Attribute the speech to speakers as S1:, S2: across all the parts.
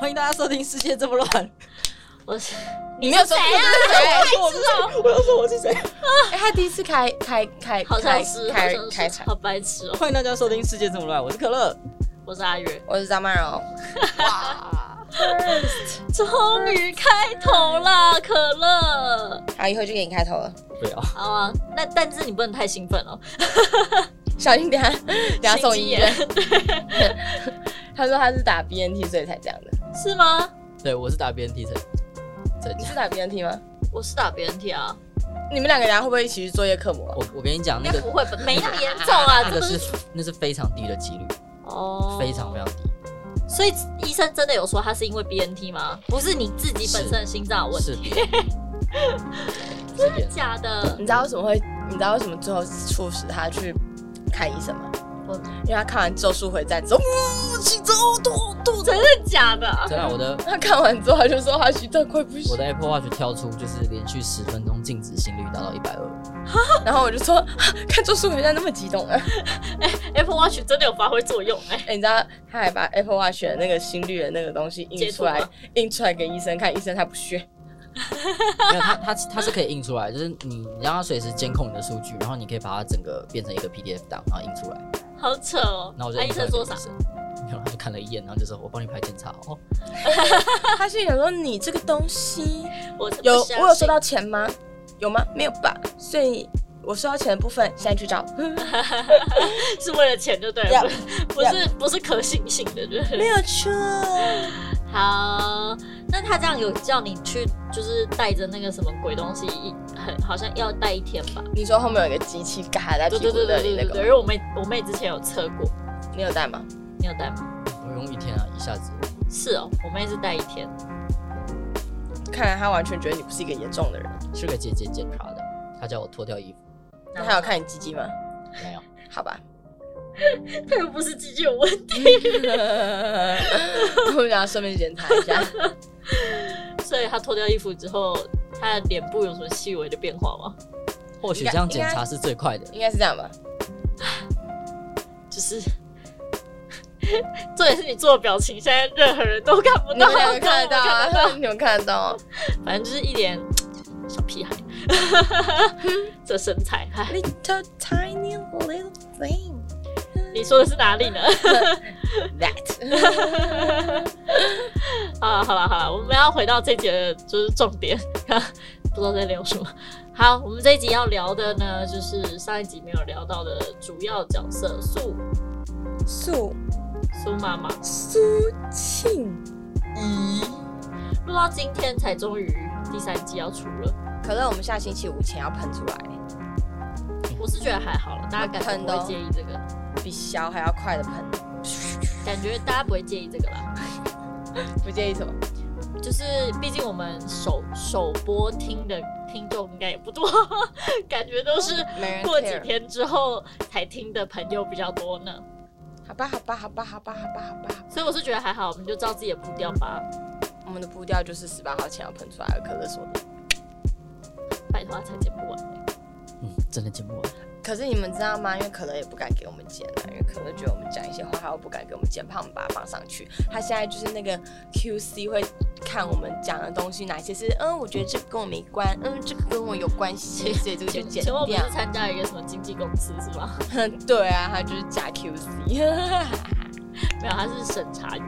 S1: 欢迎大家收听《世界这么乱》。
S2: 我是
S1: 你没有说
S2: 谁啊
S1: 是我是谁？我要说我是谁？
S3: 哎，他第一次开开开
S2: 好
S3: 开
S2: 像是好
S3: 开
S2: 像
S3: 开
S2: 是
S3: 场，
S2: 好白痴哦，
S1: 欢迎大家收听《世界这么乱》，我是可乐。
S2: 我是阿月，
S3: 我是张曼柔。
S2: 终于开头啦，可乐。
S3: 好，一会就给你开头了，
S1: 对啊，
S2: 好啊，那但是你不能太兴奋哦，
S3: 小 心等下等下送医院
S2: 心。
S3: 他说他是打 BNT 所以才这样的，
S2: 是吗？
S1: 对我是打 BNT 才在
S3: 你
S1: 讲
S3: 是。打 BNT 吗？
S2: 我是打 BNT 啊，
S3: 你们两个人会不会一起去作业课模？
S1: 我我跟你讲，那
S2: 应该不
S1: 个
S2: 会吧？没那么严重啊，
S1: 那
S2: 这
S1: 个
S2: 不是
S1: 是那是非常低的几率，
S2: 哦
S1: 非常非常低。
S2: 所以医生真的有说他是因为 BNT 吗？不是你自己本身的心脏有问
S1: 是
S2: 题，
S1: BNT 是 BNT
S2: 假的
S3: 你。知道为什么会？你知道为什么最后促使他去看医生吗
S2: 我？
S3: 因为他看完《咒术回战》之后，嗯呜心中痛痛
S2: 真的假的？啊
S1: 真的，我的
S3: 他看完之后他就说啊他心脏快不
S1: 我
S3: 行，
S1: 的 Apple Watch 跳出就是连续十分钟静止心率达到一百二，
S3: 然后我就说啊看《咒术回战》那么激动啊！
S2: Apple Watch 真的有发挥作用哎、
S3: 哎、你知道他还把 Apple Watch 的那个心率的那个东西印出
S2: 截
S3: 来
S2: 图吗，
S3: 印出来给医生看，医生他不屑。
S1: 没有它它它是可以印出来，就是你你让它随时监控你的数据，然后你可以把它整个变成一个 PDF 档，然后印出来。
S2: 好扯哦。
S1: 那我就
S2: 啊
S1: 印
S2: 医
S1: 出来
S2: 生
S1: 给
S2: 说
S1: 医
S2: 啥？
S1: 生？没有，他就看了一眼，然后就说：“我帮你排检查哦。
S3: 他心里想说你这个东西
S2: 我是不
S3: 有
S2: 相
S3: 我有收
S2: 信
S3: 到钱吗？有吗？没有吧。所以我收到钱的部分现在 去找，
S2: 是为了钱就对了
S3: Yeah，
S2: 不是不是可行性的，就是
S3: 没有错。
S2: 好。那他这样有叫你去，就是带着那个什么鬼东西，一很好像要带一天吧？
S3: 你说后面有一个机器卡在
S2: 对
S3: 屁
S2: 对
S3: 股
S2: 对
S3: 那
S2: 对
S3: 里
S2: 对
S3: 那
S2: 对对，因
S3: 个，
S2: 为我妹我妹之前有测过，
S3: 你有带吗？
S2: 你有带吗？”
S1: 我用一天啊，一下子
S2: 是哦，我妹是带一天。
S3: 看来他完全觉得你不是一个严重的人。
S2: 嗯
S1: 是个姐姐检查的，她叫我脱掉衣服，
S3: 那他有看你鸡鸡吗？
S1: 没 有，
S3: 好吧。
S2: 他又不是机器有问题，
S3: 我们俩顺便检查一下。
S2: 所以他脱掉衣服之后，他的脸部有什么细微的变化吗？
S1: 或许这样检查是最快的。
S3: 应该是这样吧？
S2: 就是 重点是你做的表情，现在任何人都看不
S3: 你
S2: 到，
S3: 们两个看得到
S2: 只有我看
S3: 啊，你们看得到。
S2: 反正就是一脸 小屁孩 这身材。哎唉
S3: Little tiny little thing
S2: 你说的是哪 里呢？
S3: that
S2: 好了好了好了，我们要回到这节的就是重点， 不知道在聊什么。好，我们这一集要聊的呢，就是上一集没有聊到的主要角色素
S3: 素
S2: 苏妈妈。
S3: 苏庆怡。
S2: 录到今天才终于第三季要出了，
S3: 可乐，我们下星期五前要喷出来，
S2: 我是觉得还好了，大家感觉不会介意这个，
S3: 比小还要快的喷。
S2: 感觉大家不会介意这个啦。
S3: 不介意什么？
S2: 就是毕竟我们首首播听的听众应该也不多， 感觉都是
S3: 没人
S2: 过几
S3: care
S2: 天之后才听的朋友比较多呢，
S3: 好吧，好吧，好吧，好吧，好吧，好吧。
S2: 所以我是觉得还好，我们就照自己的步调吧。
S3: 我们的步调就是十八号前要喷出来了。可乐说的。
S2: 拜托，才剪不完、
S1: 嗯，真的剪不完。
S3: 可是你们知道吗？因为可乐也不敢给我们剪啊，因为可乐觉得我们讲一些话，他又不敢给我们剪，怕我们把它放上去。他现在就是那个 QC 会看我们讲的东西，哪些是嗯，我觉得这个跟我没关，嗯，这个跟我有关系，所以这个就
S2: 请
S3: 剪
S2: 请问我们
S3: 掉
S2: 是。参加一个什么经纪公司是 吗？
S3: 对啊，他就是假 QC。
S2: 没有，他是审查员，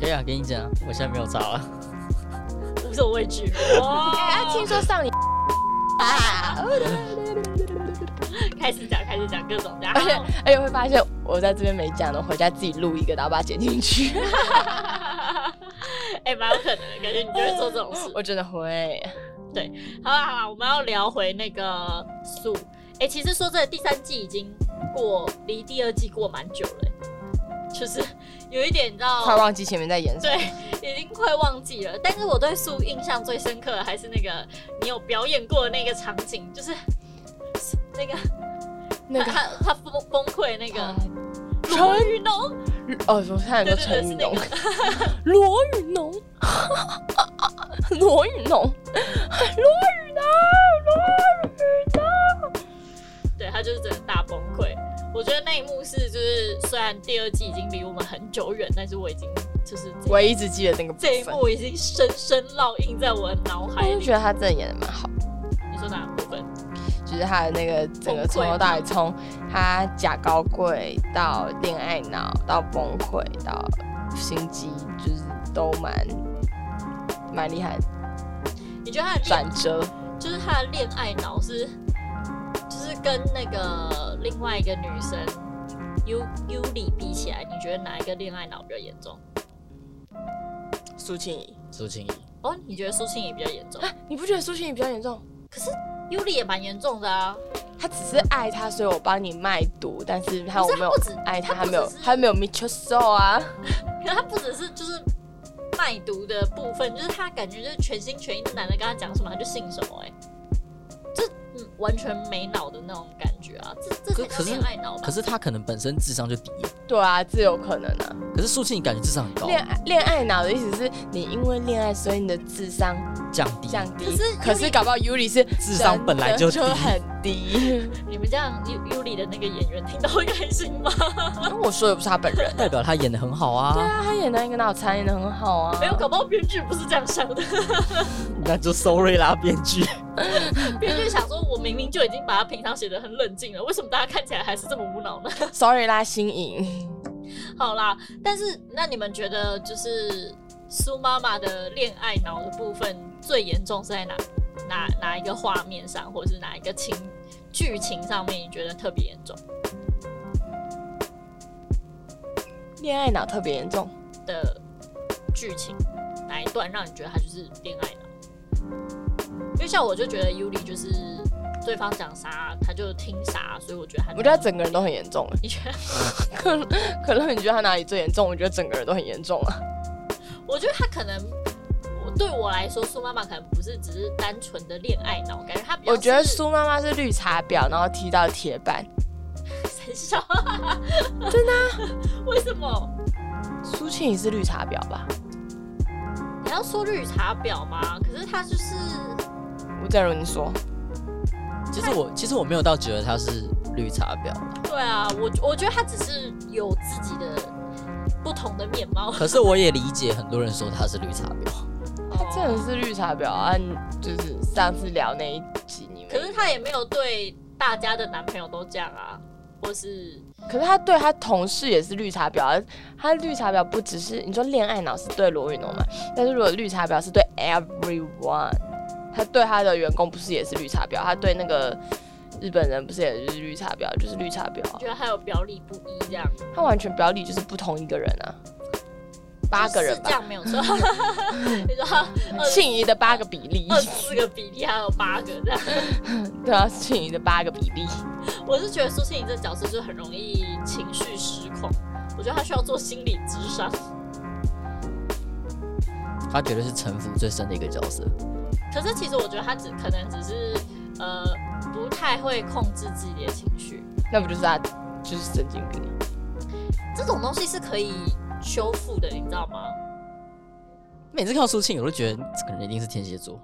S1: 可以啊，给你剪啊，我现在没有查啊。
S2: 无所畏惧。哇、
S3: 哎、听说上你啊，
S2: 开始讲，开始讲各种讲。
S3: 而且而且会发现我在这边没讲的，回家自己录一个，然后把它剪进去。
S2: 哎，蛮有可能的，感觉你就会做这种事。
S3: 我真的会，
S2: 好啦好啦，我们要聊回那个素。哎、其实说真的，第三季已经过，离第二季过蛮久了、欸就是有一点你知
S3: 快
S2: 道，
S3: 忘记前面在 演什么。
S2: 对，已经快忘记了。但是我对素印象最深刻的还是那个你有表演过的那个场景，就是那个
S3: 那
S2: 他
S3: 个
S2: 他他崩崩溃那个
S3: 啊
S2: 罗玉农，
S3: 哦，我
S2: 对对
S3: 差点说
S2: 对，
S3: 陈
S2: 是
S3: 玉
S2: 那
S3: 农
S2: 个，
S3: 罗雨农， 罗雨农，
S2: 对他就是整个大崩溃。我觉得那一幕是，就是虽然第二季已经离我们很久远，但是我已经就是
S3: 我一直记得那个部
S2: 这一
S3: 分，哎
S2: 幕已经深深烙印在我的脑海
S3: 我就
S2: 里。
S3: 觉得他真的演的蛮好的。
S2: 你说哪个部分？
S3: 就是他的那个整个从头到尾，从他假高贵到恋爱脑，到崩溃，到心机，就是都蛮蛮厉害的
S2: 你觉得他的恋
S3: 转折。
S2: 就是他的恋爱脑是，就是跟那个另外一个女生尤尤里比起来，你觉得哪一个恋爱脑比较严重？
S3: 苏庆怡，
S1: 苏青怡，
S2: 哦，你觉得苏庆怡比较严重？
S3: 啊你不觉得苏庆怡比较严重？
S2: 尤里也蛮严重的啊，
S3: 他只是爱他，所以我帮你卖毒，但是他
S2: 不
S3: 有
S2: 是
S3: 没有
S2: 他不止
S3: 爱他？
S2: 他
S3: 他
S2: 不
S3: 没有
S2: 只是，
S3: 他没有 mutual soul 啊。
S2: 可是他不只是就是卖毒的部分，就是他感觉就是全心全意，那男的跟他讲什么他就信什么、欸，哎，这嗯完全没脑的那种感觉啊，这这才
S1: 可
S2: 叫
S1: 可是
S2: 恋爱脑吧
S1: 可？是他可能本身智商就低，
S3: 对啊，这有可能啊。
S1: 可是苏青怡感觉智商很高，
S3: 恋爱恋爱脑的意思是你因为恋爱，所以你的智商
S1: 降低，
S3: 降低。
S2: 可是
S3: 可是搞不好 Yuri 是
S1: 智商本来就
S3: 就
S1: 低
S3: 很 低。
S2: 你们这样尤尤里的那个演员听到会开心吗？
S3: 我说的不是他本人。
S1: 代表他演的很好
S3: 对
S1: 啊，
S3: 啊，他演的一个脑残演的很好啊。
S2: 没有，搞不好编剧不是这 样想的。
S1: 那就 sorry 啦，编剧。
S2: 编剧想说，我明明就已经把他平常写的很冷静了，为什么大家看起来还是这么无脑呢？
S3: ，sorry 啦，新颖。
S2: 好啦，但是那你们觉得就是苏妈妈的恋爱脑的部分最严重是在哪哪哪一个画面上，或者是哪一个情剧情上面，你觉得特别严重
S3: 恋爱脑特别严重，
S2: 的剧情？哪一段让你觉得他就是恋爱脑？因为像我就觉得尤里就是对方讲啥他就听啥，所以我觉得他
S3: 我觉得他整个人都很严重。啊
S2: 你觉得？
S3: 可可乐，你觉得他哪里最严重？我觉得整个人都很严重啊。
S2: 我觉得他可能，我对我来说，苏妈妈可能不是只是单纯的恋爱脑，感觉他比较
S3: 我觉得
S2: 是
S3: 苏妈妈是绿茶婊，然后踢到铁板。
S2: 很小，真的、啊 为什么？
S3: 苏庆怡是绿茶婊吧？
S2: 你要说绿茶婊吗？可是他就是
S3: 吴正如，你说
S1: 其实我其实我没有到觉得他是绿茶婊，
S2: 对啊，我我觉得他只是有自己的不同的面貌。
S1: 可是我也理解很多人说他是绿茶婊。
S3: 她真
S2: 哦
S3: 的是绿茶婊啊！你就是上次聊那一集，你们
S2: 可是他也没有对大家的男朋友都这样啊，或是
S3: 可是他对他同事也是绿茶婊啊，他绿茶婊不只是你说恋爱脑是对罗宇农嘛，但是如果绿茶婊是对 everyone，他对他的员工不是也是绿茶婊，他对那个日本人不是也是绿茶婊，就是绿茶婊啊，
S2: 觉得他有表里不一这样，
S3: 他完全表里就是不同一个人啊，八个人
S2: 是这
S3: 吧，
S2: 样没有 错。你说二十
S3: 庆怡的八个比例
S2: 二，十四个比例还有八个这样。
S3: 对啊，庆怡的八个比例，
S2: 我是觉得苏庆怡这角色就很容易情绪失控，我觉得她需要做心理智商。
S1: 他绝对是城府最深的一个角色。
S2: 可是其实我觉得她只可能只是呃不太会控制自己的情绪，
S3: 那不就是他就是神经病啊，
S2: 这种东西是可以修复的，你知道吗？
S1: 每次看到苏庆，我都觉得这个人一定是天蝎座。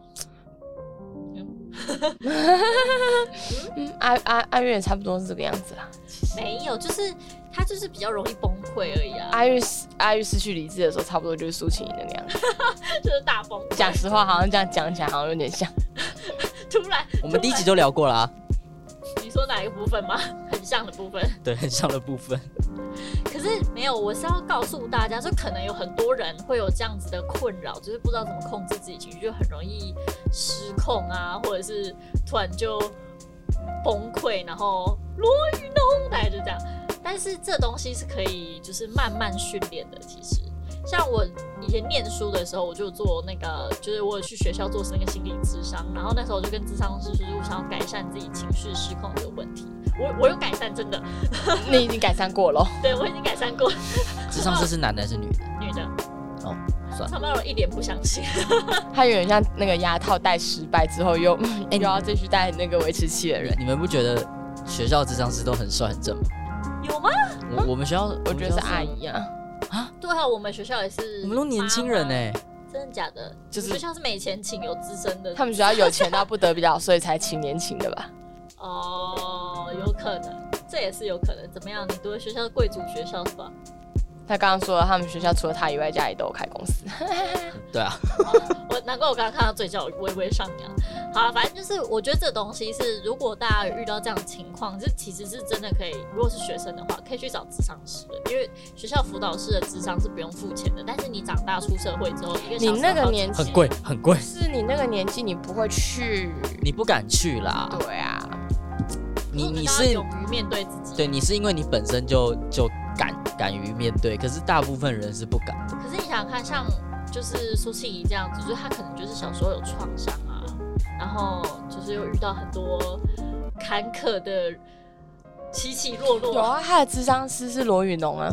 S3: 嗯，阿阿阿月也差不多是这个样子啦。
S2: 没有，就是她就是比较容易崩溃而已啊，
S3: 阿玉失阿玉失去理智的时候，差不多就是苏晴怡那个样子。
S2: 就是大崩溃。
S3: 讲实话，好像这样讲起来好像有点像。
S2: 突然，
S1: 我们第一集
S2: 突
S1: 就聊过啊啦、
S2: 然你说哪一个部分吗？很像的部分。
S1: 对，很像的部分。
S2: 可是没有，我是要告诉大家，就可能有很多人会有这样子的困扰，就是不知道怎么控制自己情绪，就很容易失控啊，或者是突然就崩溃，然后罗宇弄，大概就这样。但是这东西是可以就是慢慢训练的，其实。像我以前念书的时候，我就做那个，就是我有去学校做那个心理智商，然后那时候我就跟智商师说，就是我想要改善自己情绪失控的问题。我我有改善，真的，
S3: 你已经改善过了，
S2: 对我已经改善过，
S1: 智商师是男的还是女的？
S2: 女的。
S1: 哦，算了。
S2: 他们一脸不相信，
S3: 他有点像那个牙套戴失败之后又、嗯
S1: 你
S3: 又要继续戴那个维持器的人。
S1: 你们不觉得学校智商师都很帅很正吗？
S2: 有吗？
S1: 我嗯我们学校，
S3: 我觉得是阿
S1: 爱。
S3: 姨啊，
S2: 对啊，我们学校也是，
S1: 我们都年轻人欸呢、
S2: 呢，真的假的？
S1: 就是
S2: 我们学校是没钱请有资深的，
S3: 他们学校有钱到不得了，所以才请年轻的吧？
S2: 哦，有可能，这也是有可能。怎么样？你读的学校是贵族学校是吧？
S3: 他刚刚说了他们学校除了他以外，家里都有开公司。
S1: 对啊，
S2: 我难怪我刚刚看到嘴角微微上扬。好了，反正就是我觉得这东西是，如果大家有遇到这样的情况，这其实是真的可以，如果是学生的话，可以去找智商师的，因为学校辅导室的智商是不用付钱的。但是你长大出社会之后，一个小时
S3: 你那
S2: 好
S3: 个
S2: 几
S3: 年纪
S2: 千
S1: 很贵，很贵，
S3: 是你那个年纪，你不会去。
S1: 你不敢去啦。
S3: 对啊，
S1: 你
S2: 我觉得
S1: 你
S2: 大家
S1: 是
S2: 勇于面对自己，
S1: 对，你是因为你本身就就敢敢于面对，可是大部分人是不敢的。
S2: 可是你想想看，像就是苏庆怡这样子，就是她可能就是小时候有创伤啊，然后就是又遇到很多坎坷的起起落
S3: 有
S2: 落，
S3: 啊，他的智商师是罗宇农啊，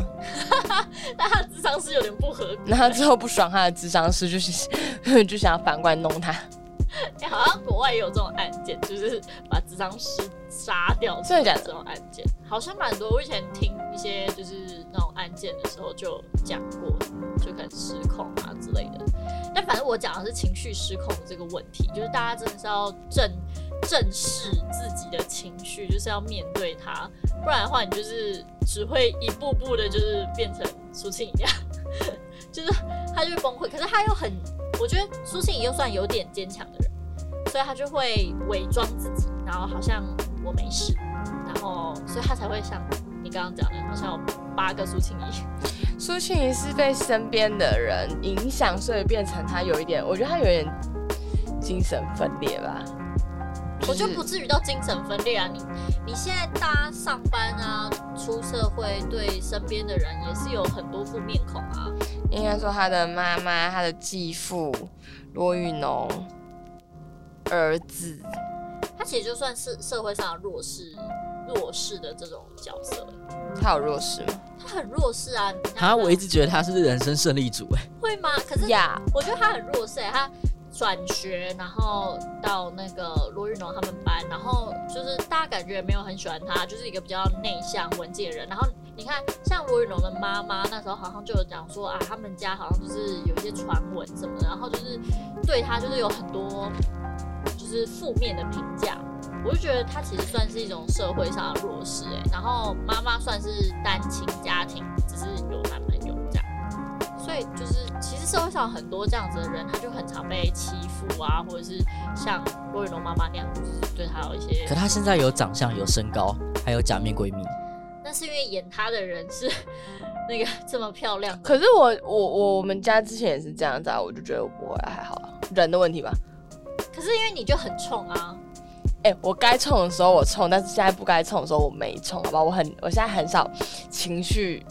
S2: 但她的智商是有点不合格。
S3: 然后之后不爽他的智商师，就是 就想要反过来弄他，
S2: 哎、好像国外也有这种案件，就是把智商师杀掉，
S3: 真的假的
S2: 这种案件好像蛮多。我以前听一些就是那种案件的时候就讲过，就可能失控啊之类的。但反正我讲的是情绪失控的这个问题，就是大家真的是要正正视自己的情绪，就是要面对它，不然的话你就是只会一步步的，就是变成苏庆一样， 就是他就会崩溃。可是他又很，我觉得苏庆怡又算有点坚强的人。所以他就会伪装自己，然后好像我没事，然后所以他才会像你刚刚讲的，好像有八个苏庆怡，
S3: 苏庆怡是被身边的人影响，所以变成他有一点，我觉得他有点精神分裂吧。
S2: 我就不至于到精神分裂啊！你你现在大家上班啊，出社会，对身边的人也是有很多副面孔啊。
S3: 应该说他的妈妈、他的继父罗宇农、儿子，
S2: 他其实就算是社会上的弱势弱势的这种角色，
S3: 他有弱势吗？
S2: 他很弱势啊！你看
S1: 啊，我一直觉得他是人生胜利组哎、
S2: 会吗？可是
S3: 呀、
S2: 我觉得他很弱势、欸，他转学，然后到那个罗玉农他们班，然后就是大家感觉也没有很喜欢他，就是一个比较内向文静的人。然后你看，像罗玉农的妈妈那时候好像就有讲说啊，他们家好像就是有一些传闻什么的，然后就是对他就是有很多就是负面的评价。我就觉得他其实算是一种社会上的弱势、欸，然后妈妈算是单亲家庭，只是有男朋友这样。所以就是，其实社会上很多这样子的人，他就很常被欺负啊，或者是像罗宇龙妈妈那样，就是对他有一些
S1: 可。他现在有长相、有身高，还有假面闺蜜，
S2: 那是因为演他的人是 那个这么漂亮的，
S3: 可是我我我我们家之前也是这样子啊，我就觉得我还好啊，人的问题吧。
S2: 可是因为你就很冲啊，
S3: 哎、我该冲的时候我冲，但是现在不该冲的时候我没冲，好吧？我很我现在很少情绪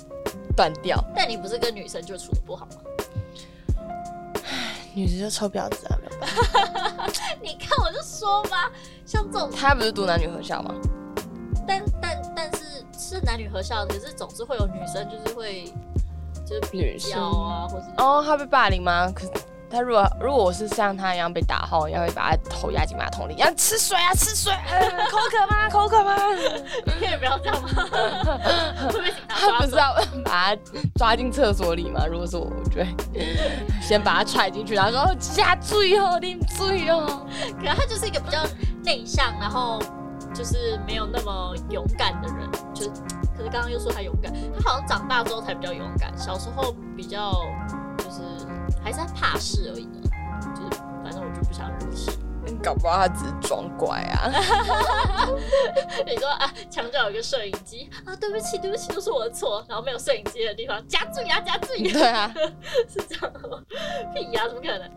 S3: 断掉，
S2: 但你不是跟女生就处的不好吗？
S3: 女生就臭婊子啊，没有办法
S2: 你看我就说吧，像这种，
S3: 她不是读男女合校吗？
S2: 但但但是是男女合校，可是总是会有女生就是会就是比较啊，或是
S3: 哦，她被霸凌吗？可是她如果如果我是像她一样被打后，要会把她头压进马桶里，要吃水啊，吃水，呃、 口渴 吗？口渴吗？
S2: 你可以不要这样吗？会不会警察
S3: 她
S2: 抓
S3: 不
S2: 走
S3: 是？要 把她抓进厕所里吗？如果是我，我就会 先把她踹进去，然后说加醉哦，你醉哦。
S2: 可能他就是一个比较内向，然后就是没有那么勇敢的人。就是，可是刚刚又说他勇敢，他好像长大之后才比较勇敢，小时候比较就是还是在怕事而已呢。就是反正我就不想惹事。
S3: 嗯搞不好她只是装乖啊。
S2: 你说啊，墙角有一个摄影机啊，对不起，对不起，都是我的错。然后没有摄影机的地方，加注意啊，加注意。
S3: 对啊，
S2: 是这样吗？屁呀、怎么可能？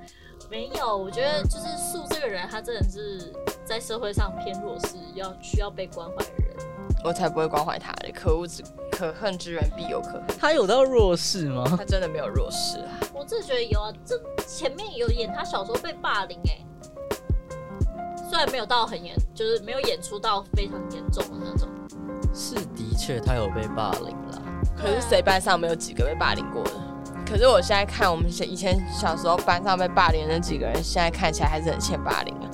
S2: 没有，我觉得就是素这个人，他真的是在社会上偏弱势，要需要被关怀的人。
S3: 我才不会关怀她嘞！可恶之可恨之人必有可恨，
S1: 他有到弱势吗？
S3: 她真的没有弱势啊。
S2: 我真的觉得有啊，这前面有演他小时候被霸凌哎、虽然没有到很严，就是没有演出到非常严重的那种。
S1: 是的确，他有被霸凌啦。
S3: 可是谁班上没有几个被霸凌过的？可是我现在看我们以前小时候班上被霸凌的那几个人，现在看起来还是很欠霸凌啊。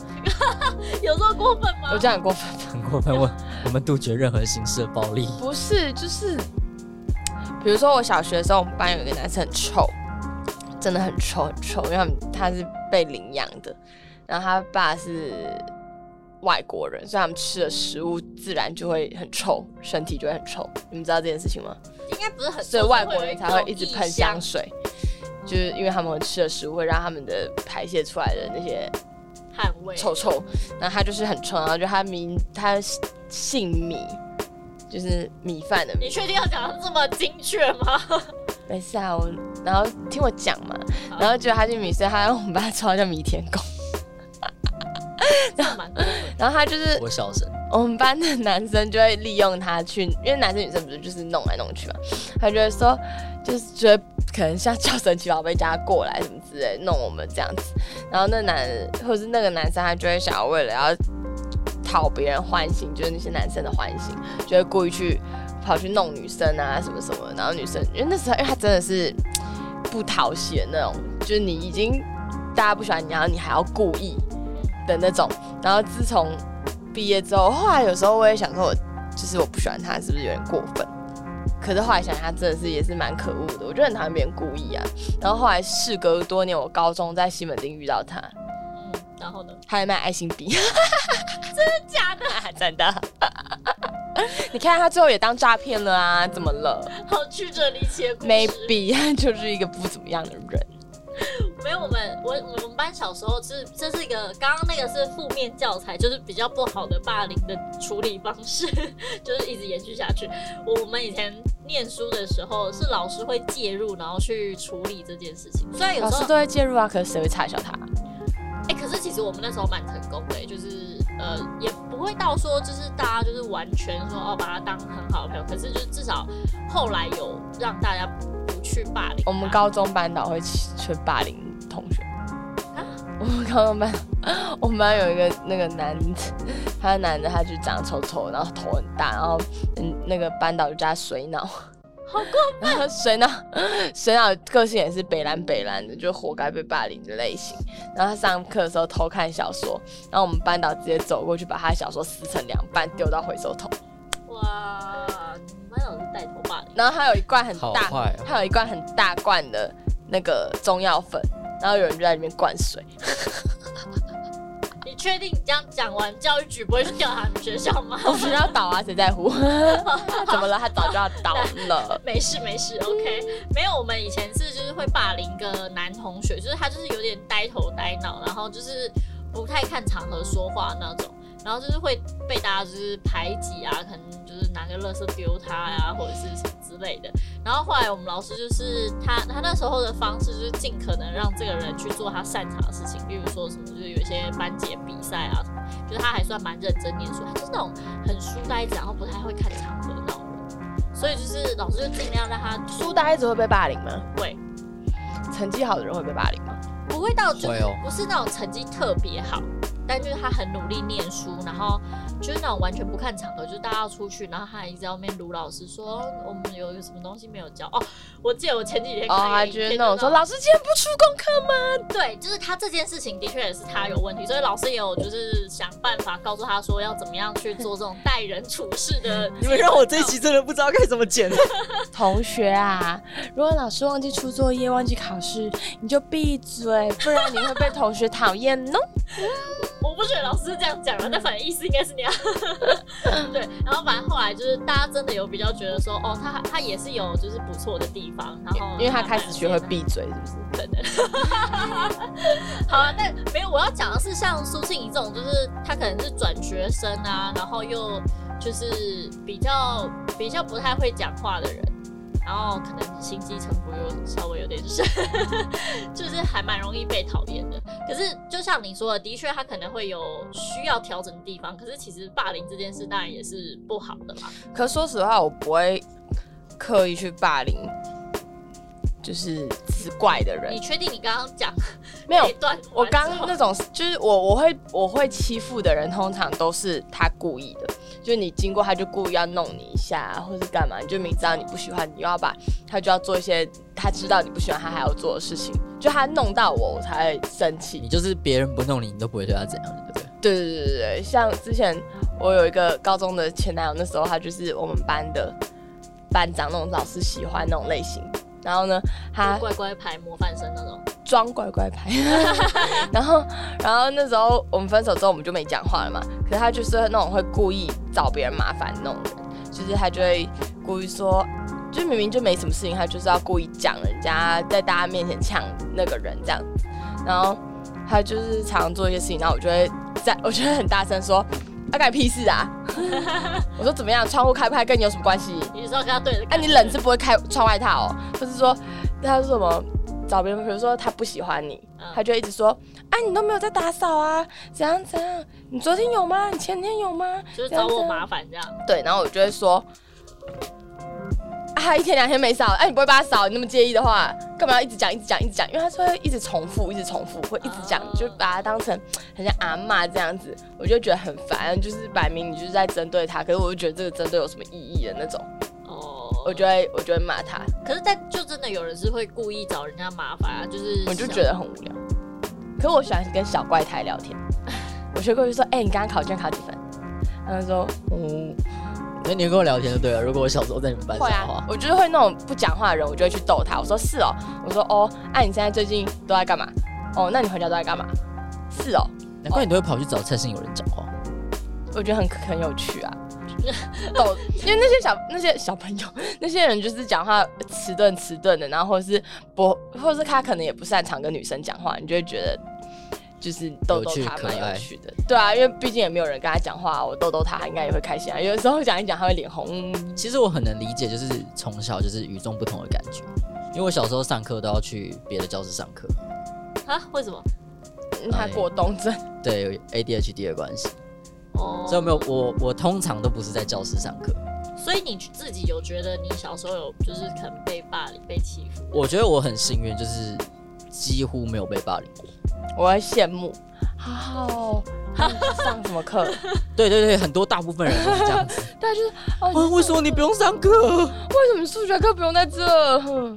S2: 有这么过分吗？
S3: 我这样很过分？
S1: 很过分，我 我们杜绝任何形式的暴力。
S3: 不是，就是，比如说我小学的时候，我们班有一个男生很臭，真的很臭很臭，因为他们他是被领养的，然后他爸是外国人，所以他们吃的食物自然就会很臭，身体就会很臭。你们知道这件事情吗？
S2: 应该不是很臭，
S3: 所以外国人才会
S2: 有
S3: 一直
S2: 种
S3: 喷
S2: 异
S3: 香水，就是因为他们吃的食物会让他们的排泄出来的那些
S2: 汗味。
S3: 臭臭，然后他就是很臭，然后就他名他姓米，就是米饭的米
S2: 你。确定要讲的这么精确吗？
S3: 没事啊，我然后听我讲嘛，然后结果他姓米，所以他我们把他称他叫米田狗。
S2: 这样蛮多的
S3: 然后他就是
S1: 我笑声，
S3: 我们班的男生就会利用他去，因为男生女生不是就是弄来弄去嘛，他就会说，就是觉得可能像叫神奇宝贝叫他过来什么之类，弄我们这样子。然后那男或者是那个男生，他就会想要为了要讨别人欢心，就是那些男生的欢心，就会故意去跑去弄女生啊什么什么。然后女生因为那时候，因为他真的是不讨喜的那种，就是你已经大家不喜欢你，然后你还要故意的那种。然后自从毕业之后，后来有时候我也想说我，就是我不喜欢他，是不是有点过分？可是后来想想，他真的是也是蛮可恶的。我就很讨厌别人故意啊。然后后来事隔多年，我高中在西门町遇到他，
S2: 嗯，然后呢？
S3: 他还卖爱心笔，
S2: 假的，
S3: 真的。你看他最后也当诈骗了啊？怎么了
S2: 好曲折离奇的故事。
S3: ？Maybe 他就是一个不怎么样的人。
S2: 没有，我们我我们班小时候是这是一个刚刚那个是负面教材，就是比较不好的霸凌的处理方式， 就是一直延续下去。我我们以前念书的时候是老师会介入，然后去处理这件事情。虽然有
S3: 老
S2: 时
S3: 师
S2: 候
S3: 都会介入啊，可是谁会嘲笑他？
S2: 哎、可是其实我们那时候蛮成功的、就是呃也不会到说就是大家就是完全说哦把他当很好的朋友，可是就是至少后来有让大家不去霸凌他。
S3: 我们高中班导会去去霸凌同学。我们高中班，我们班有一个那个男，他的男的，他就长得丑丑，然后头很大，然后嗯，那个班导就叫他水脑， 好过分。然后水脑， 水脑个性也是北蓝北蓝的，就活该被霸凌的类型。然后他上课的时候偷看小说，然后我们班导直接走过去把他的小说撕成两半，丢到回收桶。
S2: 哇，你们班老师带头霸凌。
S3: 然后他有一罐很
S1: 好
S3: 大，
S1: 坏哦，
S3: 他有一罐很大罐的那个中药粉，然后有人就在里面灌水。
S2: 你确定你这样讲完，教育局不会去调查你们学校吗？
S3: 我们学校倒啊，谁在 乎？怎么了？他早就要倒了。
S2: 没事没事，OK，没有。我们以前是就是会霸凌一个男同学，就是他就是有点呆头呆脑，然后就是不太看场合说话那种，然后就是会被大家就是排挤啊，可能就是拿个垃圾丢他呀、或者是什么之类的。然后后来我们老师就是他他那时候的方式就是尽可能让这个人去做他擅长的事情，例如说什么就是有一些班级的比赛啊什么，就是他还算蛮认真念书，他就是那种很书呆子，然后不太会看场合的那种人，所以就是老师就尽量让他
S3: 书呆子会被霸凌吗？
S2: 会
S3: 成绩好的人会被霸凌吗？
S2: 不会到就
S1: 会哦。
S2: 不是那种成绩特别好，但就是他很努力念书，然后就是那种完全不看场合，就是大家要出去，然后他还一直在外面撸老师说哦我们有有什么东西没有教哦，我记得我前几天
S3: 哦，
S2: 看
S3: 他
S2: 了一
S3: 就
S2: 篇
S3: 是
S2: 就
S3: 那种
S2: 是
S3: 说老师今天不出功课吗？
S2: 对，就是他这件事情的确也是他有问题，所以老师也有就是想办法告诉他说要怎么样去做这种待人处事的
S1: 你们让我这一集真的不知道该怎么剪。
S3: 同学啊，如果老师忘记出作业、忘记考试，你就闭嘴，不然你会被同学讨厌哦。
S2: 我不觉得老师是这样讲了，但反正意思应该是 那样。对，然后反正后来就是大家真的有比较觉得说，哦，他他也是有就是不错的地方，然后
S3: 因为他开始学会
S2: 比。
S3: 闭嘴，是不是？
S2: 好啊，但没有，我要讲的是像苏庆怡这种，就是他可能是转学生啊，然后又就是比较比较不太会讲话的人，然后可能心机城府又稍微有点深，就是还蛮容易被讨厌的。可是就像你说的，的确他可能会有需要调整的地方，可是其实霸凌这件事当然也是不好的嘛。
S3: 可说实话，我不会刻意去霸凌，就是只怪的人
S2: 你。确定你刚刚讲
S3: 没有
S2: 那一，段
S3: 我
S2: 完之后？
S3: 刚那种就是我我会我会欺负的人，通常都是他故意的，就是你经过他就故意要弄你一下，或是干嘛，你就明知道你不喜欢，你又要把他就要做一些他知道你不喜欢他还要做的事情，就他弄到我，我才会生气
S1: 你。就是别人不弄你，你都不会对他怎样，对不对？
S3: 对对对对对，像之前我有一个高中的前男友，那时候他就是我们班的班长那种老师喜欢那种类型，然后呢，他
S2: 就乖乖牌模范生那种，
S3: 装乖乖牌，然后然后那时候我们分手之后我们就没讲话了嘛，可是他就是那种会故意找别人麻烦那种人，就是他就会故意说，就明明就没什么事情，他就是要故意讲人家在大家面前呛那个人这样子，然后他就是常常做一些事情，然后我就会在， 我就会很大声说。他干你屁事啊！ 我说怎么样，窗户开不开跟你有什么关系？
S2: 你知道跟他对着干，
S3: 哎、你冷是不会开穿外套、哦，或是说他说什么找别人，比如说他不喜欢你，
S2: 嗯
S3: 他就一直说，哎、你都没有在打扫啊，怎样怎样？你昨天有吗？你前天有吗？
S2: 就是找我麻烦这样。
S3: 对，然后我就会说，啊，他一天两天没扫，哎、你不会帮他扫，你那么介意的话，干嘛要一直讲一直讲一直讲？因为他是会一直重复，一直重复，会一直讲
S2: 哦，
S3: 就把它当成很像阿嬷这样子，我就觉得很烦，就是摆明你就是在针对他，可是我就觉得这个针对有什么意义的那种，
S2: 哦，
S3: 我就会我就会骂他，
S2: 可是但就真的有人是会故意找人家麻烦啊，就是
S3: 我就觉得很无聊。可我喜欢跟小怪胎聊天， 我学过去说，哎、你刚刚考卷考几分？他就说，嗯，
S1: 那你会跟我聊天就对了。如果我小时候在你们班上
S3: 会
S1: 的
S3: 啊
S1: 话，，
S3: 我就是会那种不讲话的人，我就会去逗他。我说是哦，我说哦，那、你现在最近都在干嘛？哦，那你回家都在干嘛？是哦，
S1: 难怪你都会跑去找蔡姓有人讲话。
S3: 我觉得很很有趣啊。逗，因为那些小那些小朋友，那些人就是讲话迟钝迟钝的，然后或者是不，或者是他可能也不擅长跟女生讲话，你就会觉得就是逗逗
S1: 有趣
S3: 他
S1: 可
S3: 蛮
S1: 爱
S3: 有趣的。对啊，因为毕竟也没有人跟他讲话，我逗逗他他应该也会开心啊。有的时候讲一讲他会脸红，
S1: 其实我很能理解，就是从小就是与众不同的感觉。因为我小时候上课都要去别的教室上课，
S2: 啊，为什么？
S3: 嗯他
S1: 哎
S3: 过冬症。
S1: 对有 ADHD 的关系，
S2: 哦，
S1: 所以我没有我我通常都不是在教室上课。
S2: 所以你自己有觉得你小时候有就是可能被霸凌、被欺负？
S1: 我觉得我很幸运，就是几乎没有被霸凌过。
S3: 我会羡慕。好、那你上什么课？
S1: 对对对，很多大部分人都是这样子。
S3: 对啊，就是哦，
S1: 啊，为什么你不用上课？
S3: 为什么数学课不用在这？哼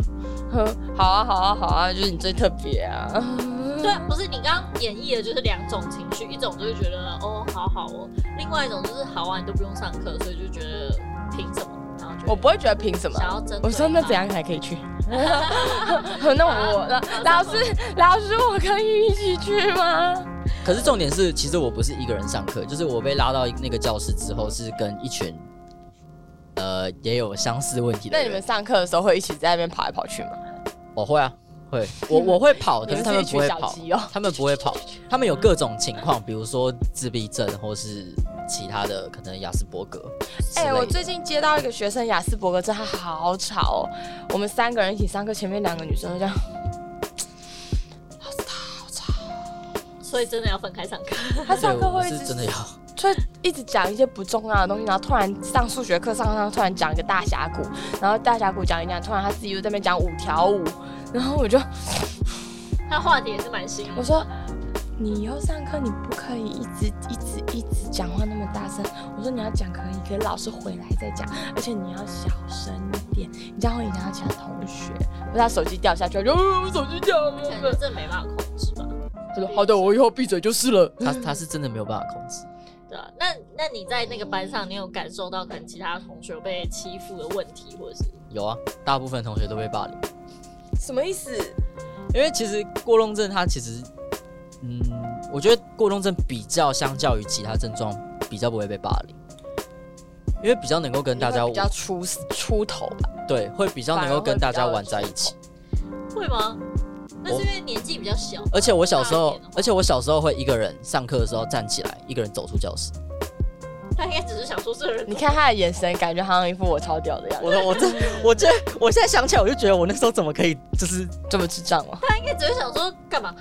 S3: 哼，好啊，好啊，好啊，就是你最特别啊。
S2: 对啊，不是你刚刚演绎的就是两种情绪，一种就是觉得哦好好哦，另外一种就是好啊，你都不用上课，所以就觉得凭什么？然后就
S3: 我不会觉得凭什么
S2: 想。要针对
S3: 我说那
S2: 他
S3: 怎？样才可以去？ 那我
S2: 啊
S3: 那老师老师我可以一起去吗？
S1: 可是重点是，其实我不是一个人上课，就是我被拉到那个教室之后，是跟一群呃也有相似问题的
S3: 那
S1: 人。
S3: 你们上课的时候会一起在那边跑来跑去吗？
S1: 我会啊，会， 我我会跑，可
S3: 你们
S1: 是
S3: 是
S1: 他
S3: 一
S1: 们不
S3: 群
S1: 会
S3: 小
S1: 跑，
S3: 鸡哦。
S1: 他们不会跑，他们有各种情况，比如说自闭症或是其他的，可能雅斯伯格之
S3: 哎、
S1: 类的。
S3: 我最近接到一个学生雅斯伯格症，他好吵哦。我们三个人一起上课，前面两个女生 就这样，
S2: 所以真的要分开上课。
S3: 他
S1: 对
S3: 上课
S1: 我
S3: 会一
S1: 是
S3: 直
S1: 真的要，
S3: 就一直讲一些不重要的东西，然后突然上数学课上上上突然讲一个大峡谷，然后大峡谷讲一讲，突然他自己又在那边讲五条舞，然后我就
S2: 他话题也是蛮新颖的。
S3: 我说你以后上课你不可以一直一直一直讲话那么大声，我说你要讲可以，可是老师回来再讲，而且你要小声一点，你这样会影响到其他同学。不是他手机掉下去，他就、哦、我手机掉了。
S2: 可能真的没办法控制吧。
S3: 他说好的，我以后闭嘴就是了。
S1: 他他是真的没有办法控制。
S2: 对啊，那那你在那个班上，你有感受到可能其他同学有被欺负的问题，或者是
S1: 有啊，大部分同学都被霸凌，
S3: 什么意思？
S1: 因为其实过动症它其实，嗯，我觉得过动症比较相较于其他症状比较不会被霸凌，因为比较能够跟大家
S3: 你会比较出出头吧，
S1: 对，会比较能
S3: 反而
S1: 够
S3: 会
S1: 跟大
S3: 比
S1: 家
S3: 较
S1: 玩在一
S3: 出
S1: 起。
S2: 会吗？那是因为年纪比较小，
S1: 而且我小时
S2: 大一
S1: 候
S2: 点的，话
S1: 而且我小时候会一个人上课的时候站起来，一个人走出教室。
S2: 他应该只是想说这个人
S3: 你看他的眼神，感觉好像一副我超屌的样子。
S1: 我我这我这我现在想起来，我就觉得我那时候怎么可以，就是
S3: 这么智障吗？
S2: 应该只是想说干嘛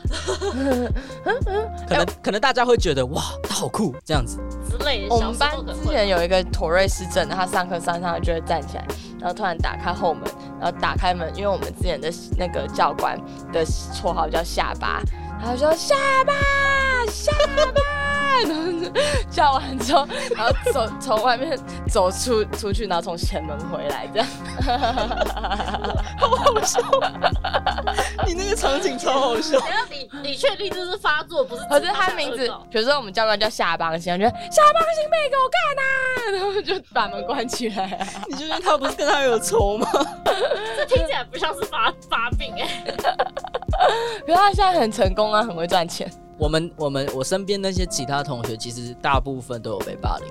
S1: 可能、可能大家会觉得哇，他好酷这样子。
S2: 之类的。
S3: 我
S2: 小
S3: 们
S2: 时
S3: 班
S2: 候可能
S3: 之
S2: 会
S3: 前有一个妥瑞失症，他上课上上就会站起来，然后突然打开后门，然后打开门，因为我们之前的那个教官的绰号叫下巴，他就说下巴下巴，然后就叫完之后，然后走从外面走出出去，然后从前门回来，这样
S1: 你那个场景超好笑。
S2: 等一下你你确定这是发作，不是？
S3: 哦可是他名字，
S2: 哦
S3: 比如说我们教官叫下巴星，他就下巴星妹给我干呐、 然后就把门关起来、啊。
S1: 你确定他不是跟他有仇吗？
S2: 这听起来不像是发发病哎、
S3: 可是他现在很成功啊，很会赚钱。
S1: 我们我们我身边那些其他同学，其实大部分都有被霸凌。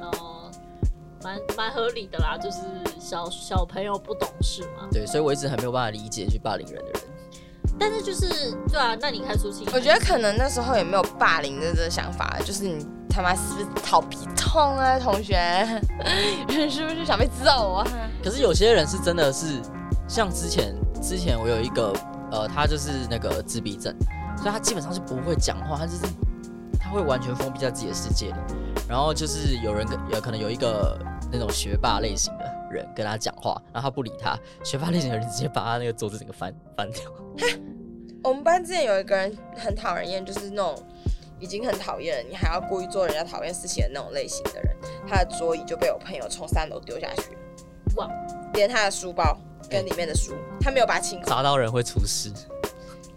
S2: 哦，蛮蛮合理的啦，就是小小朋友不懂事嘛。
S1: 对，所以我一直很没有办法理解去霸凌人的人。
S2: 但是就是对啊，那你看苏青，
S3: 我觉得可能那时候也没有霸凌的这个想法，就是你他妈是不是讨皮痛啊，同学？ 你是不是想被揍啊？
S1: 可是有些人是真的是，像之前之前我有一个呃，他就是那个自闭症，所以他基本上是不会讲话，他就是他会完全封闭在自己的世界里。然后就是有人跟有可能有一个那种学霸类型的人跟他讲话，然后他不理他，学霸类型的人直接把他那个桌子整个翻翻掉。
S3: 我们班之前有一个人很讨人厌，就是那种已经很讨厌了，你还要故意做人家讨厌事情的那种类型的人。他的桌椅就被我朋友从三楼丢下去，
S2: 哇，
S3: 连他的书包跟里面的书，他没有把它清空，
S1: 砸到人会出事，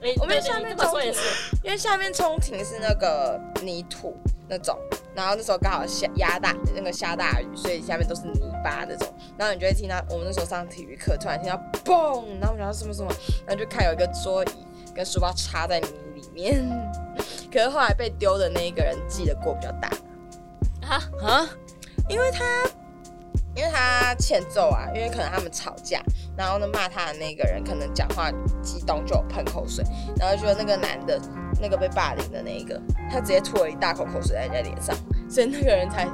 S2: 哎、
S3: 我们
S2: 对对
S3: 下
S2: 你
S3: 面
S2: 这么说
S3: 中
S2: 也是，
S3: 因为下面冲庭是那个泥土那种，然后那时候刚好下压大那个下大雨，所以下面都是泥巴那种，然后你就会听到嗯我们那时候上体育课，突然听到嘣，然后我们想到什么什么，然后就看有一个桌椅跟书包插在泥里面，可是后来被丢的那一个人记得过比较大，
S2: 啊，
S1: 啊，
S3: 因为他因为他欠揍啊，因为可能他们吵架，然后呢骂他的那个人可能讲话激动就有喷口水，然后就那个男的，那个被霸凌的那一个，他直接吐了一大口口水在人家脸上，所以那个人才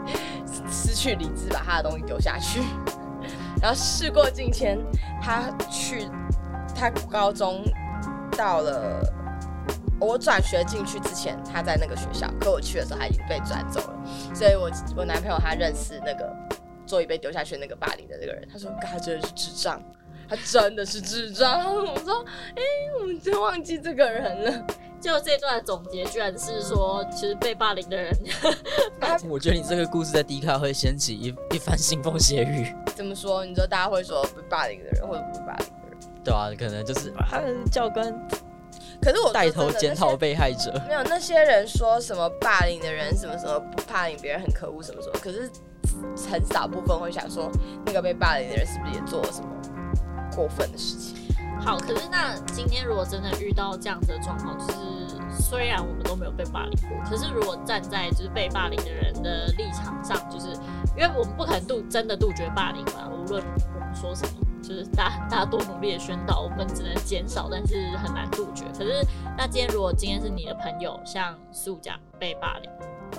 S3: 失去理智，把他的东西丢下去。 然后事过境迁，他去他高中到了我转学进去之前，他在那个学校，可我去的时候他已经被转走了。所以我我男朋友他认识那个座椅被丢下去那个霸凌的那个人，他说嘎他真的是智障，他真的是智障。 我说哎、我们真忘记这个人了。
S2: 就这段的总结居然是说，其实被霸凌的人
S1: 我觉得你这个故事在 D 卡会掀起一一番腥风血雨。
S3: 怎么说？你说大家会说被霸凌的人或者不被霸凌的人？
S1: 对啊，可能就是啊，教官
S3: 可是我说
S1: 带头
S3: 真的
S1: 检讨。被害者。
S3: 那些没有那些人说什么霸凌的人什么什么不霸凌别人很可恶什么什么，可是很少部分会想说那个被霸凌的人是不是也做了什么过分的事情？
S2: 好。可是那今天如果真的遇到这样子的状况，就是虽然我们都没有被霸凌过，可是如果站在就是被霸凌的人的立场上，就是因为我们不可能杜真的杜绝霸凌嘛，无论我们说什么。就是大大家多努力的宣导，我们只能减少，但是很难杜绝。可是，那今天如果今天是你的朋友，像素甲被霸凌，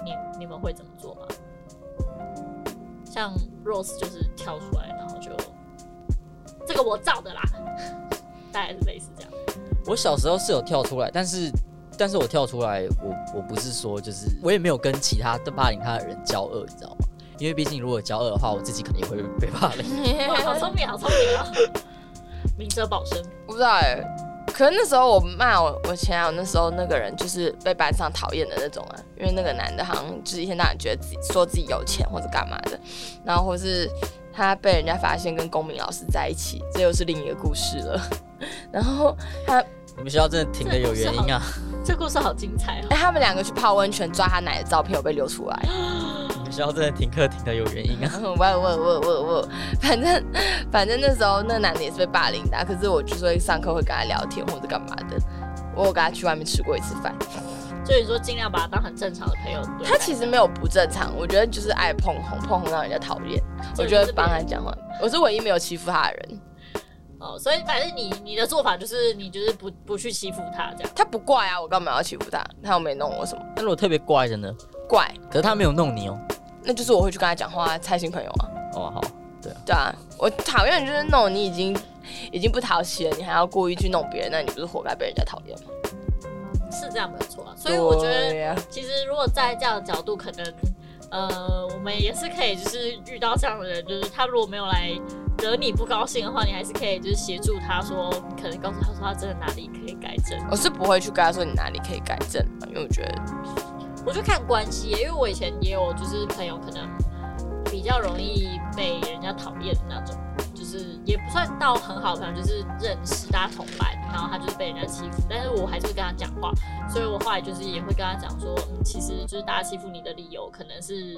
S2: 你你们会怎么做吗？像 Rose 就是跳出来，然后就这个我造的啦， 大概是类似这样。
S1: 我小时候是有跳出来，但是但是我跳出来，我我不是说就是我也没有跟其他的霸凌他的人交恶，你知道吗？因为毕竟如果交恶的话，我自己肯定会被霸凌。
S2: 哇，好聪明，好聪明啊！ 明哲保身，
S3: 我不知道哎、可是那时候我骂我我前男友那时候那个人就是被班上讨厌的那种啊，因为那个男的好像就是一天到晚觉得自己说自己有钱或者干嘛的，然后或是他被人家发现跟公民老师在一起，这又是另一个故事了。 然后他
S1: 你们学校真的停的有原因啊？
S2: 这故事好精彩哦！
S3: 哎、他们两个去泡温泉抓他奶的照片有被流出来，
S1: 你们学校真的停课停的有原因啊？
S3: 我我我我我，反正反正那时候那男的也是被霸凌的啊、可是我就说上课会跟他聊天或者干嘛的，我有跟他去外面吃过一次饭。
S2: 所以说，尽量把他当很正常的朋友对待。
S3: 他其实没有不正常，我觉得就是爱碰红，碰红让人家讨厌，我就会帮欸他讲话。我是唯一没有欺负他的人，
S2: 哦，所以反正你你的做法就是你就是不不去欺负他这样。
S3: 他不怪啊，我干嘛要欺负他？他又没弄我什么
S1: 那如果特别怪的呢？
S3: 怪，
S1: 可是他没有弄你哦。
S3: 那就是我会去跟他讲话，猜心朋友啊，
S1: 哦，好，
S3: 对啊，我讨厌的就是那种你已经已经不讨喜了，你还要故意去弄别人，那你不是活该被人家讨厌吗？
S2: 是这样没有错啊。所以我觉
S3: 对
S2: 得
S3: 啊，
S2: 其实如果在这样的角度，可能呃，我们也是可以，就是遇到这样的人，就是他如果没有来惹你不高兴的话，你还是可以就是协助他说，可能告诉他说他真的哪里可以改正。
S3: 我是不会去跟他说你哪里可以改正啊，因为我觉得
S2: 我就看关系耶，因为我以前也有就是朋友可能比较容易被人家讨厌的那种，就是也不算到很好的朋友，就是认识大家同班，然后他就是被人家欺负，但是我还是会跟他讲话，所以我后来就是也会跟他讲说，嗯，其实就是大家欺负你的理由可能是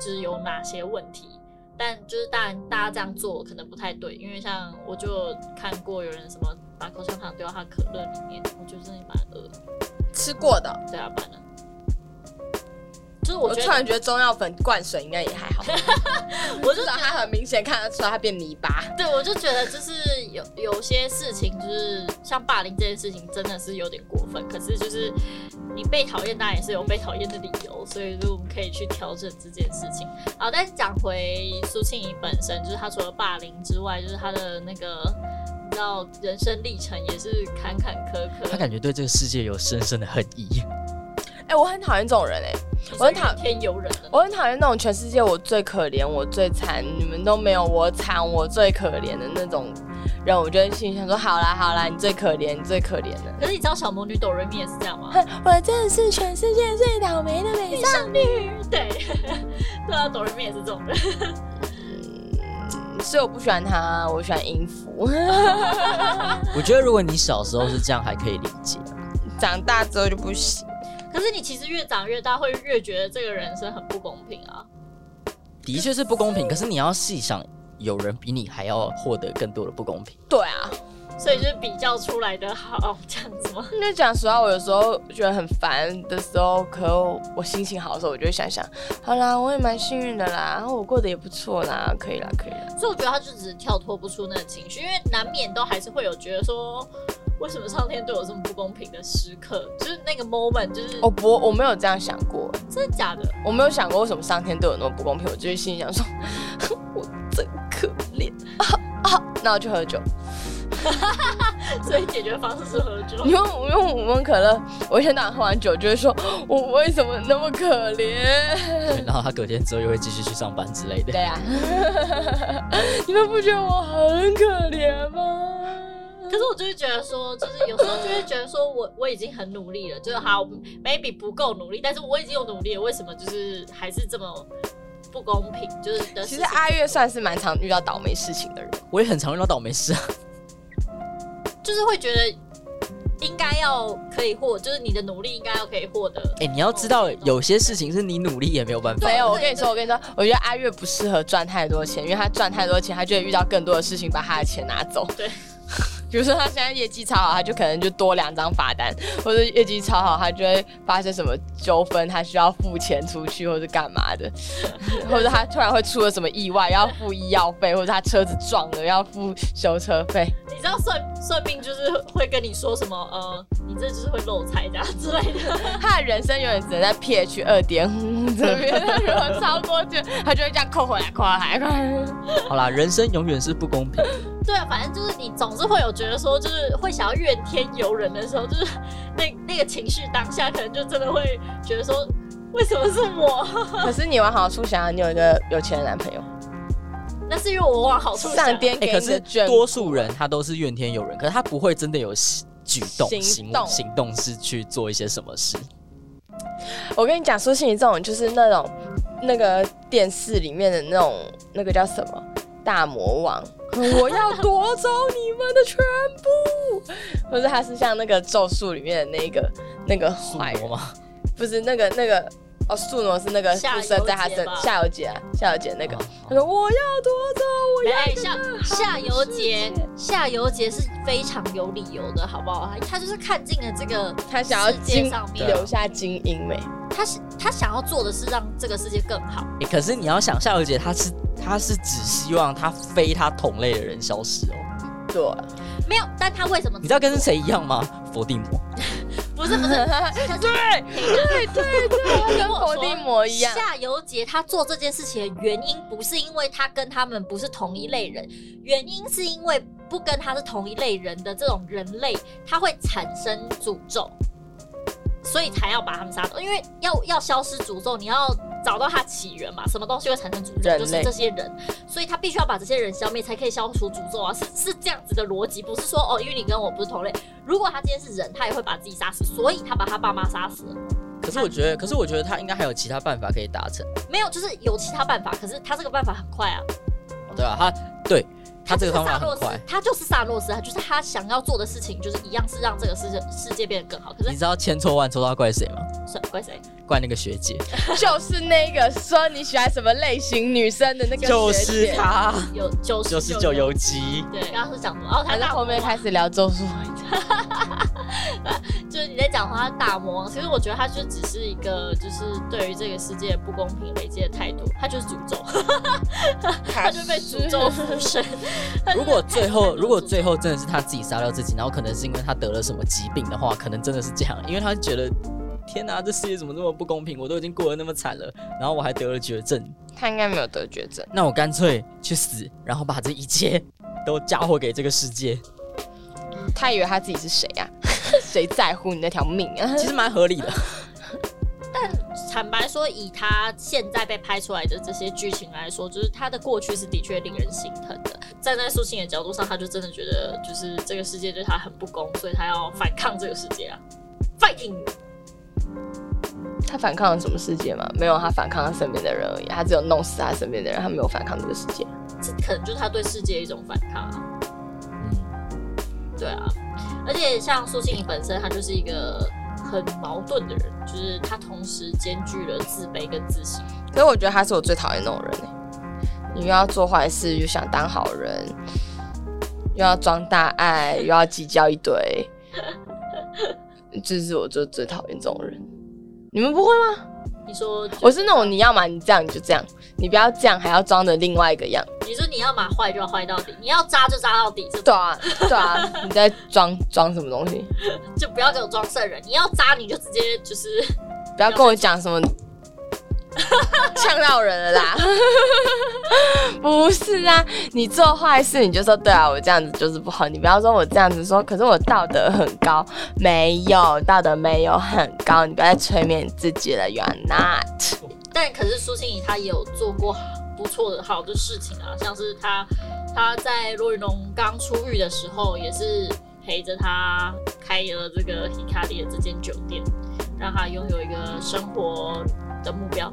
S2: 就是有哪些问题。但就是当然，大家这样做可能不太对，因为像我就看过有人什么把口香糖丢到他可乐里面，我觉得真的蛮恶的
S3: 吃过的。
S2: 对啊，不然呢？就是我
S3: 我
S2: 觉
S3: 突
S2: 得，
S3: 然觉得中药粉灌水应该也还好，
S2: 我就
S3: 至少它很明显看得出来它变泥巴。
S2: 对我就觉得，就是有有些事情，就是像霸凌这件事情，真的是有点过分。可是就是你被讨厌，当然也是有被讨厌的理由，所以就我们可以去调整这件事情。好，再讲回苏庆怡本身，就是她除了霸凌之外，就是她的那个。你知道人生历程也是坎坎坷
S1: 他
S2: 坷，
S1: 感觉对这个世界有深深的恨意。
S3: 哎、我很讨厌这种人哎、我很讨
S2: 怨天尤人的
S3: 我很讨厌那种全世界我最可怜，我最惨，你们都没有我惨，我最可怜的那种人，我就会心里想说，好啦好啦，你最可怜，你最可怜的。
S2: 可是你知道小魔女哆瑞咪也是这样吗？
S3: 哼，我真的是全世界最倒霉的美少
S2: 对， 对啊，哆瑞咪也是这种人。
S3: 女，所以我不喜欢他，啊我喜欢音符。
S1: 我觉得如果你小时候是这样，还可以理解。
S3: 长大之后就不行。
S2: 可是你其实越长越大，会越觉得这个人生很不公平啊。
S1: 的确是不公平，可是你要细想，有人比你还要获得更多的不公平。
S3: 对啊，
S2: 所以就是比较出来的好 这样子吗？
S3: 那讲实话，我有时候觉得很烦的时候，可我心情好的时候，我就会想想，好啦，我也蛮幸运的啦，然后我过得也不错啦，可以啦，可以啦。
S2: 所以我觉得他就只是跳脱不出那个情绪，因为难免都还是会有觉得说，为什么上天对我这么不公平的时刻，就是那个 moment，就是、
S3: 我哦不，我没有这样想过，
S2: 真的假的？
S3: 我没有想过为什么上天对我那么不公平，我就是心里想说， 我真可怜 啊啊！那我去喝酒，
S2: 所以解决方式是 喝酒。
S3: 因为我因为我们可乐，我一天到晚喝完酒就会说，我为什么那么可怜？
S1: 对，然后他隔天之后又会继续去上班之类的
S3: 对。啊， 你们不觉得我很可怜吗？
S2: 可是我就会觉得说，就是有时候就会觉得说我我已经很努力了，就是好，maybe 不够努力，但是我已经有努力了，为什么就是还是这么不公平？就是的
S3: 其
S2: 事
S3: 实
S2: 情
S3: 阿月算是蛮常遇到倒霉事情的人，
S1: 我也很常遇到倒霉事啊。
S2: 就是会觉得应该要可以获，就是你的努力应该要可以获得。
S1: 哎、你要知道，有些事情是你努力也没有办法
S2: 对。
S3: 没有。
S2: 对
S3: 我跟你说，我跟你说，我觉得阿月不适合赚太多钱，因为他赚太多钱，他就会遇到更多的事情把他的钱拿走。
S2: 对。
S3: 比如说他现在业绩超好，他就可能就多两张罚单，或者业绩超好，他就会发生什么纠纷，他需要付钱出去，或者干嘛的， 或者他突然会出了什么意外，要付医药费，或者他车子撞了要付修车费。
S2: 你知道算算命就是会跟你说什么呃，你这就是会漏财这样之类 的。
S3: 他的人生永远只能在 pH 二点五这边，如果超过去，他就会这样扣回来，扣回来，扣回来。
S1: 好啦，人生永远是不公平 的。
S2: 对啊，反正就是你总是会有觉得说，就是会想要怨天尤人的时候，就是那那个情绪当下，可能就真的会觉得说，为什么是我？
S3: 可是你往好处想，你有一个有钱的男朋友，
S2: 那是因为我往好处想
S3: 上天
S1: 哎、
S3: 给
S1: 可
S3: 你
S1: 是
S3: 的眷
S1: 多数人他都是怨天尤人，可是他不会真的有行举动、
S3: 行
S1: 行
S3: 动
S1: 行动是去做一些什么事。
S3: 我跟你讲，苏欣怡这种就是那种那个电视里面的那种那个叫什么大魔王， 我要夺走你们的全部，或者他是像那个咒术里面的那个那个
S1: 附
S3: 坏人
S1: 魔，吗？
S3: 不是那个那个哦，素挪是那个
S2: 夏
S3: 附
S2: 油
S3: 身在他
S2: 杰
S3: 身
S2: 吧
S3: 夏油杰啊，夏油杰那个，
S1: 哦
S3: 他说我要夺走，我要
S2: 来，哎夏夏油杰，夏油杰是非常有理由的，好不好？他就是看尽了这个
S3: 他想要
S2: 世界
S3: 精
S2: 上面
S3: 留下精英美，
S2: 他是他想要做的是让这个世界更好，
S1: 哎可是你要想，夏油姐她是她是只希望她非她同类的人消失哦。
S3: 对，
S2: 没有，但他为什么？
S1: 你知道跟谁一样吗？伏地魔。
S2: 不是不是，对对对对
S3: 跟伏地魔一样
S2: 夏油杰他做这件事情的原因，不是因为他跟他们不是同一类人，原因是因为不跟他是同一类人的这种人类，他会产生诅咒，所以才要把他们杀走。因为要要消失诅咒，你要找到它起源嘛，什么东西会产生诅咒，
S3: 人类
S2: 就是这些人，所以他必须要把这些人消灭，才可以消除诅咒啊，是是这样子的逻辑，不是说哦，因为你跟我不是同类，如果他今天是人，他也会把自己杀死，所以他把他爸妈杀死了。
S1: 可是我觉得，可是我觉得他应该还有其他办法可以达成。
S2: 没有，就是有其他办法，可是他这个办法很快啊。
S1: 哦对啊，他对他这个方法很快。
S2: 他就是萨洛斯，他就是他想要做的事情，就是一样是让这个世界世界变得更好。可
S1: 你
S2: 是
S1: 知道千错万错都要怪谁吗？
S2: 算怪谁？
S1: 怪那个学姐，
S3: 就是那个说你喜欢什么类型女生的那个，
S1: 就是，她，
S2: 有 九
S1: 就
S2: 十
S1: 是九。游 姬。
S2: 对，刚刚是讲什么？哦，他
S3: 还是
S2: 大
S3: 后面开始聊咒术回战，
S2: 就是你在讲他大魔王，其实我觉得他就只是一个，就是对于这个世界不公平累积的态度，他就是诅咒， 他就被诅咒附身。 他就是
S1: 如果最后
S2: 太多
S1: 如果
S2: 诅咒
S1: 最后真的是他自己杀掉自己，然后可能是因为他得了什么疾病的话，可能真的是这样，因为他觉得天哪、这世界怎么这么不公平？我都已经过得那么惨了，然后我还得了绝症，
S3: 他应该没有得绝症。
S1: 那我干脆去死，然后把这一切都嫁祸给这个世 界，
S3: 他以为他自己是谁 啊？谁在乎你那条命啊？
S1: 其实蛮合理的。
S2: 坦白说，以他现在被拍出来的这些剧情来说，就是他的过去是的确令人心疼的。站在苏青的角度上，他就真的觉得就是这个世界对他很不公，所以他要反抗这个世界啊，fighting！
S3: 他反抗了什么世界吗？没有，他反抗他身边的人而已。他只有弄死他身边的人，他没有反抗这个世界。
S2: 这可能就是他对世界一种反抗啊。
S1: 嗯，
S2: 对啊，而且像苏欣怡本身，她就是一个很矛盾的人，就是她同时兼具了自卑跟自信。
S3: 可是我觉得他是我最讨厌那种人、欸、你又要做坏事，又想当好人，又要装大爱，又要计较一堆，这是我就最讨厌这种人。你们不会吗？
S2: 你说，
S3: 我是那种你要嘛你这样你就这样，你不要这样还要装的另外一个样。
S2: 你说你要嘛坏就要坏到底，你要渣就渣到底，这
S3: 对啊，对啊， 你在装装什么东西？
S2: 就不要给我装圣人。你要渣你就直接就是
S3: 不要跟我讲什 么呛到人了啦！ 不是啊，你做坏事你就说对啊，我这样子就是不好。你不要说我这样子说，可是我道德很高，没有道德没有很高，你不要再催眠你自己了，You are not。
S2: 但可是苏欣怡她也有做过不错的好的事情啊，像是她她在罗云龙刚出狱的时候，也是陪着他开了这个 Hikari 的这间酒店，让他拥有一个生活的目标。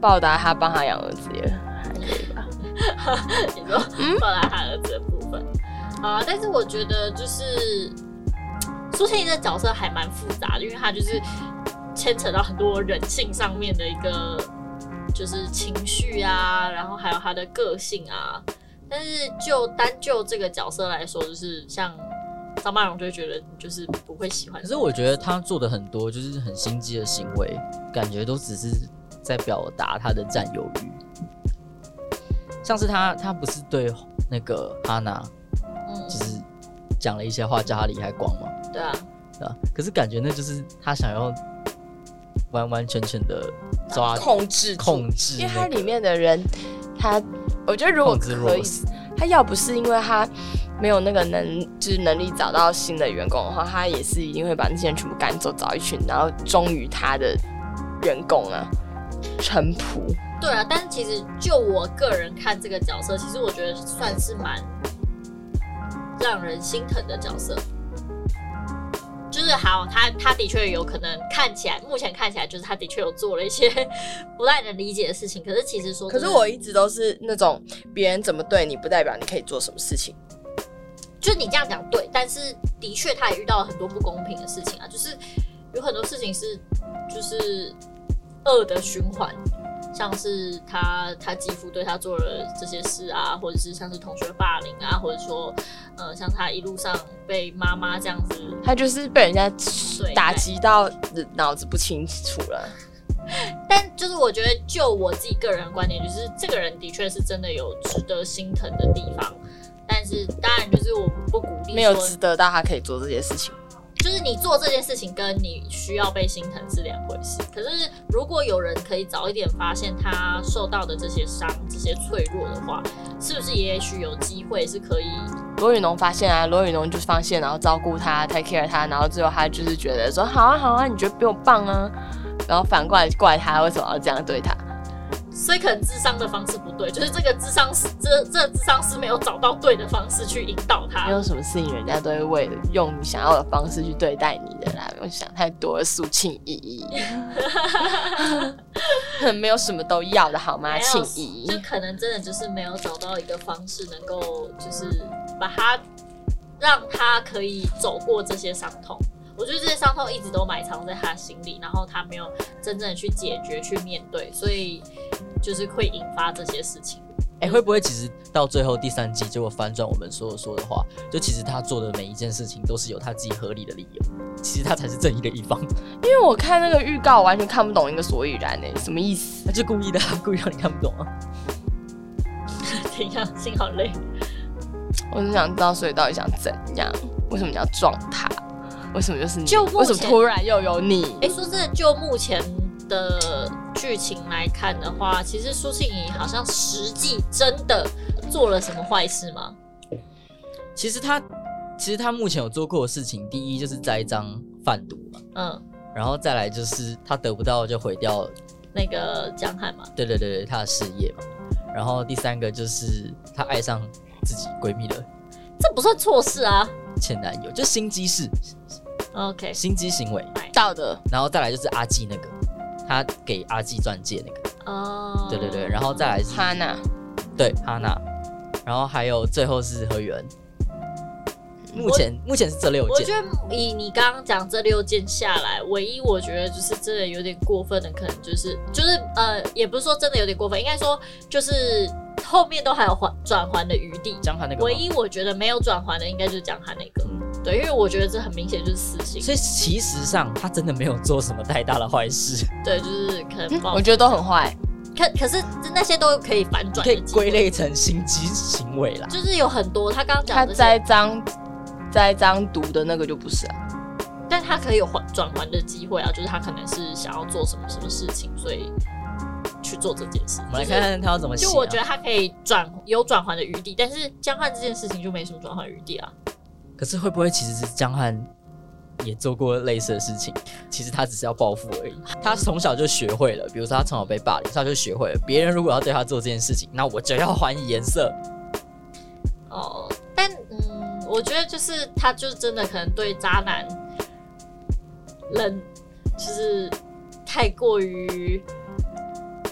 S3: 报答他帮他养儿子也还可以吧？
S2: 你说后来他儿子的部分啊、但是我觉得就是苏倩怡的角色还蛮复杂的，因为她就是牵扯到很多人性上面的一个就是情绪啊，然后还有她的个性啊。但是就单就这个角色来说，就是像张曼荣就会觉得你就是不会喜欢
S1: 可。是我觉得他做的很多就是很心机的行为，感觉都只是在表达他的占有欲。像是他，他不是对那个哈娜
S2: 嗯，
S1: 就是讲了一些话，叫他离开光吗？
S2: 对啊，
S1: 对吧？可是感觉那就是他想要完完全全的抓
S3: 控制住
S1: 啊控制、
S3: 因
S1: 那
S3: 为
S1: 个，
S3: 它里面的人，他我觉得如果
S1: 控制
S3: 可以
S1: Rose，
S3: 他要不是因为他没有那个能，就是能力找到新的员工的话，他也是一定会把那些人全部赶走，找一群然后忠于他的员工啊，臣仆。
S2: 对啊，但是其实就我个人看这个角色，其实我觉得算是蛮让人心疼的角色。就是好，他他的确有可能看起来，目前看起来就是他的确有做了一些 不太能理解的事情。可是其实说
S3: 可
S2: 真
S3: 是
S2: 的，
S3: 我一直都是那种别人怎么对你，不代表你可以做什么事情。
S2: 就是你这样讲对，但是的确他也遇到了很多不公平的事情啊，就是有很多事情是就是恶的循环，像是他他继父对他做了这些事啊，或者是像是同学霸凌啊，或者说呃像他一路上被妈妈这样子
S3: 他就是被人家
S2: 对
S3: 打击到脑子不清楚了。
S2: 但就是我觉得，就我自己个人的观点，就是这个人的确是真的有值得心疼的地方，但是当然就是我不鼓励
S3: 没有
S2: 说
S3: 值得到他可以做这些事情，
S2: 就是你做这件事情跟你需要被心疼是两回事。可是如果有人可以早一点发现他受到的这些伤、这些脆弱的话，是不是也许有机会是可以？
S3: 罗宇农发现啊，罗宇农就发现，然后照顾他，take care 他，然后最后他就是觉得说，好啊好啊，你觉得比我棒啊，然后反过来怪他为什么要这样对他，
S2: 所以可能智商的方式不对，就是这个智商是这这智商是没有找到对的方式去引导他
S3: 没。有什么事情人家都会为了用你想要的方式去对待你的啦，不用想太多，肃清意义，没有什么都要的好吗？
S2: 没有
S3: 庆怡
S2: 就可能真的就是没有找到一个方式能够就是把它让他可以走过这些伤痛。我觉得这些伤痛一直都埋藏在他心里，然后他没有真正的去解决、去面对，所以就是会引发这些事情。
S1: 哎、会不会其实到最后第三季，结果反转我们所说的话，就其实他做的每一件事情都是有他自己合理的理由，其实他才是正义的一方，
S3: 因为我看那个预告，我完全看不懂一个所以然呢、什么意思？
S1: 他就故意的， 他故意让你看不懂啊。
S2: 怎样？心好累。
S3: 我只想知道，所以到底想怎样？为什么你要撞他？为什么就是你？
S2: 就目前
S3: 为什么突然又有你？
S2: 哎、说真的，就目前的剧情来看的话，其实苏庆怡好像实际真的做了什么坏事吗？
S1: 其实他，其实他目前有做过的事情，第一就是栽赃贩毒嘛，
S2: 嗯，
S1: 然后再来就是他得不到就毁掉
S2: 那个江汉嘛，
S1: 对对对对，她的事业嘛。然后第三个就是她爱上自己闺蜜的
S2: 这不算错事啊。
S1: 前男友，就心机事、
S2: OK，
S1: 心机行为。
S3: 道德
S1: 然后再来就是阿纪那个，她给阿纪钻戒那个，
S2: 哦，
S1: 对对对。然后再来是
S3: 哈娜，
S1: 对哈娜，然后还有最后是何源。目前目前是这六
S2: 我觉
S1: 件，
S2: 得以你刚刚讲这六件下来，唯一我觉得就是真的有点过分的，可能就是就是呃，也不是说真的有点过分，应该说就是后面都还有还转还的余地。
S1: 江汉那个吗
S2: 唯一我觉得没有转还的，应该就是江汉那个，
S1: 嗯
S2: 对，因为我觉得这很明显就是私刑，
S1: 所以其实上她真的没有做什么太大的坏事，
S2: 对，就是可能
S3: 嗯
S2: 报
S3: 我觉得都很坏。
S2: 可可是那些都可以反转
S1: 可
S2: 的
S1: 以
S2: 机
S1: 归，
S2: 会
S1: 类成心机行为啦。
S2: 就是有很多他刚刚
S3: 他
S2: 讲的这些
S3: 栽赃栽赃毒的那个就不是、啊，
S2: 但他可以有还转还的机会啊，就是他可能是想要做什么什么事情，所以去做这件事。
S1: 我们来看看她要怎么写啊、
S2: 就是，就我觉得他可以转有转还的余地，但是江汉这件事情就没什么转还余地啊。
S1: 可是会不会其实是江汉也做过类似的事情？其实他只是要报复而已。他从小就学会了，比如说他从小被霸凌，他就学会了，别人如果要对他做这件事情，那我就要还以颜色。
S2: 哦，但嗯，我觉得就是他就是真的可能对渣男冷，就是太过于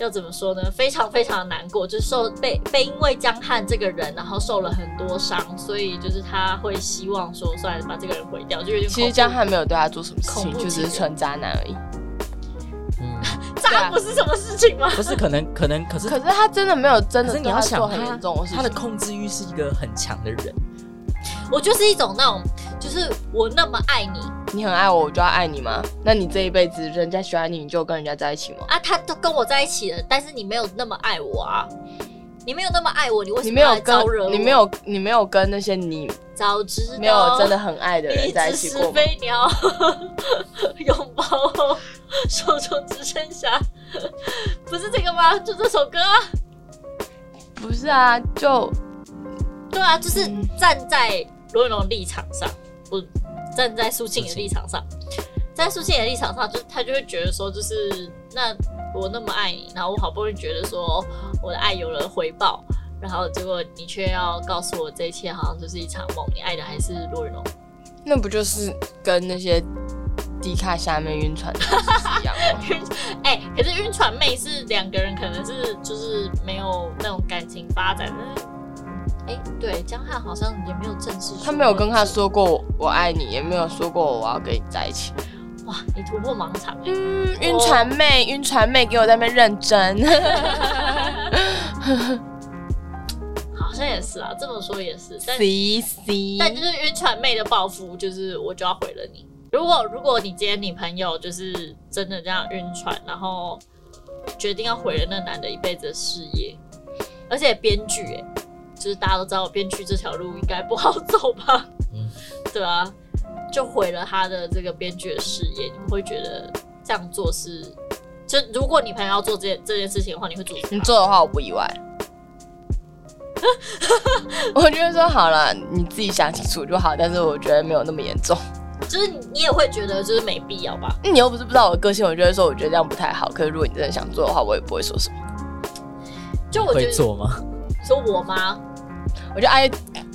S2: 要怎么说呢？非常非常难过，就是受被被因为江汉这个人，然后受了很多伤，所以就是他会希望说，算了，把这个人毁掉，就有点
S3: 其实江
S2: 江
S3: 汉没有对他做什么事
S2: 恐
S3: 情，
S2: 怖
S3: 就
S2: 情
S3: 只是
S2: 人
S3: 纯渣男而已。
S1: 嗯，
S3: 啊
S2: 渣不是什么事情吗？
S1: 不是可能，可能，可是
S3: 可是他真的没有真
S1: 可
S3: 的
S1: 是你
S3: 对
S1: 要
S3: 他
S1: 想
S3: 做很
S1: 他
S3: 严重的事
S1: 他的
S3: 情。
S1: 控制欲是一个很强的人，
S2: 我就是一种那种，就是我那么爱你
S3: 你很爱我，我就要爱你吗？那你这一辈子人家喜欢你，你就跟人家在一起吗？
S2: 啊，他都跟我在一起了，但是你没有那么爱我啊。你没有那么爱我，你为什
S3: 你
S2: 么
S3: 没
S2: 要
S3: 有
S2: 来
S3: 跟
S2: 招惹我？
S3: 你没有你没有跟那些你
S2: 早知道
S3: 没有真的很爱的
S2: 你
S3: 人在一
S2: 只
S3: 起
S2: 是
S3: 过吗？
S2: 飞鸟， 拥抱后手中只剩下， 不是这个吗？就这首歌啊，
S3: 不是啊，就
S2: 对啊，就是
S3: 嗯
S2: 站在罗云龙的立场上，不站在苏庆的立场上，在苏庆的立场上，就他就会觉得说，就是那我那么爱你，然后我好不容易觉得说我的爱有了回报，然后结果你却要告诉我这一切好像就是一场梦，你爱的还是罗云龙。
S3: 那不就是跟那些低卡下面晕船的人是一样吗？
S2: 哎、可是晕船妹是两个人，可能是就是没有那种感情发展。但是哎、对，江汉好像也没有正式，
S3: 他没有跟他。说过我爱你，也没有说过我要跟你在一起。
S2: 哇，你突破盲场哎、
S3: 嗯，晕船妹，晕船妹，给我在那边认真。
S2: 哦好像也是啊，这么说也是，但
S3: C C，
S2: 但就是晕船妹的报复，就是我就要毁了你。如果如果你今天女朋友就是真的这样晕船，然后决定要毁了那男的一辈子的事业，而且编剧哎，就是大家都知道编剧这条路应该不好走吧？
S1: 嗯
S2: 对啊，就毁了他的这个编剧的事业，你们会觉得这样做是？就如果你朋友要做这件这件事情的话，你会阻止
S3: 你
S2: 他？
S3: 做的话，我不意 外。我觉得说好了，你自己想清楚就好，但是我觉得没有那么严重。嗯
S2: 就是你你也会觉得就是没必要吧？
S3: 你又不是不知道我的个性，我就会说我觉得这样不太好。可是如果你真的想做的话，我也不会说什么。
S2: 就我觉
S1: 会
S2: 得
S1: 做吗？
S2: 你说我吗？
S3: 我觉得哎，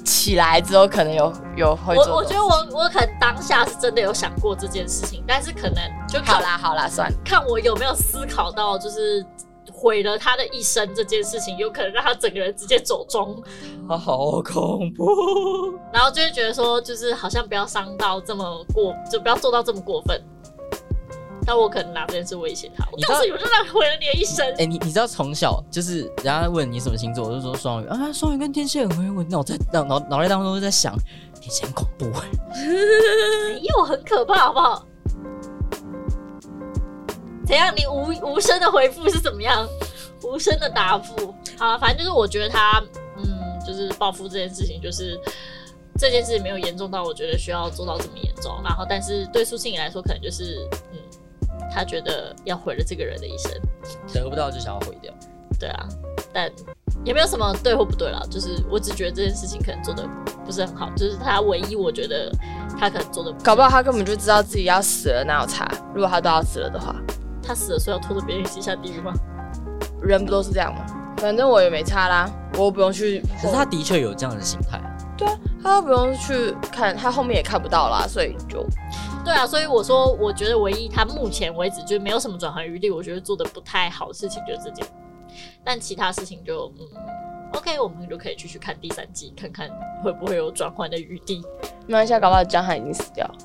S3: 起来之后可能有有会做
S2: 我我觉得我我可能当下是真的有想过这件事情，但是可能就看
S3: 好啦好啦，算了，
S2: 看我有没有思考到，就是毁了他的一生这件事情，有可能让他整个人直接走中，
S1: 啊，好恐怖！
S2: 然后就会觉得说，就是好像不要伤到这么过，就不要做到这么过分。但我可能拿这件事威胁他，我
S1: 你知道
S2: 告诉你，我就让毁了你的一生
S1: 哎、。你你知道从小就是人家问你什么星座，我就说双鱼啊，双鱼跟天蝎很合。我脑在脑脑脑袋当中都在想，天蝎很恐怖。欸
S2: 没有很可怕，好不好？怎样？你无无声的回复是怎么样？无声的答复啊，反正就是我觉得他，嗯，就是报复这件事情，就是这件事没有严重到我觉得需要做到这么严重。然后，但是对苏庆怡来说，可能就是，嗯，他觉得要毁了这个人的一生，
S1: 得不到就想要毁掉。
S2: 对啊，但也没有什么对或不对啦，就是我只觉得这件事情可能做的不是很好，就是他唯一我觉得他可能做的
S3: 搞不好他根本就知道自己要死了，哪有差？如果他都要死了的话，
S2: 他死了，所以要拖着别人一起下地狱吗？
S3: 人不都是这样吗？反正我也没差啦，我又不用去，
S1: 可是他的确有这样的心态，
S3: 他又不用去看，他后面也看不到啦，所以就
S2: 对啊，所以我说，我觉得唯一他目前为止就是没有什么转换余地，我觉得做的不太好的事情就是这件，但其他事情就嗯，OK，我们就可以继续看第三季，看看会不会有转换的余地。
S3: 没关系，啊搞不好江汉已经死 掉了。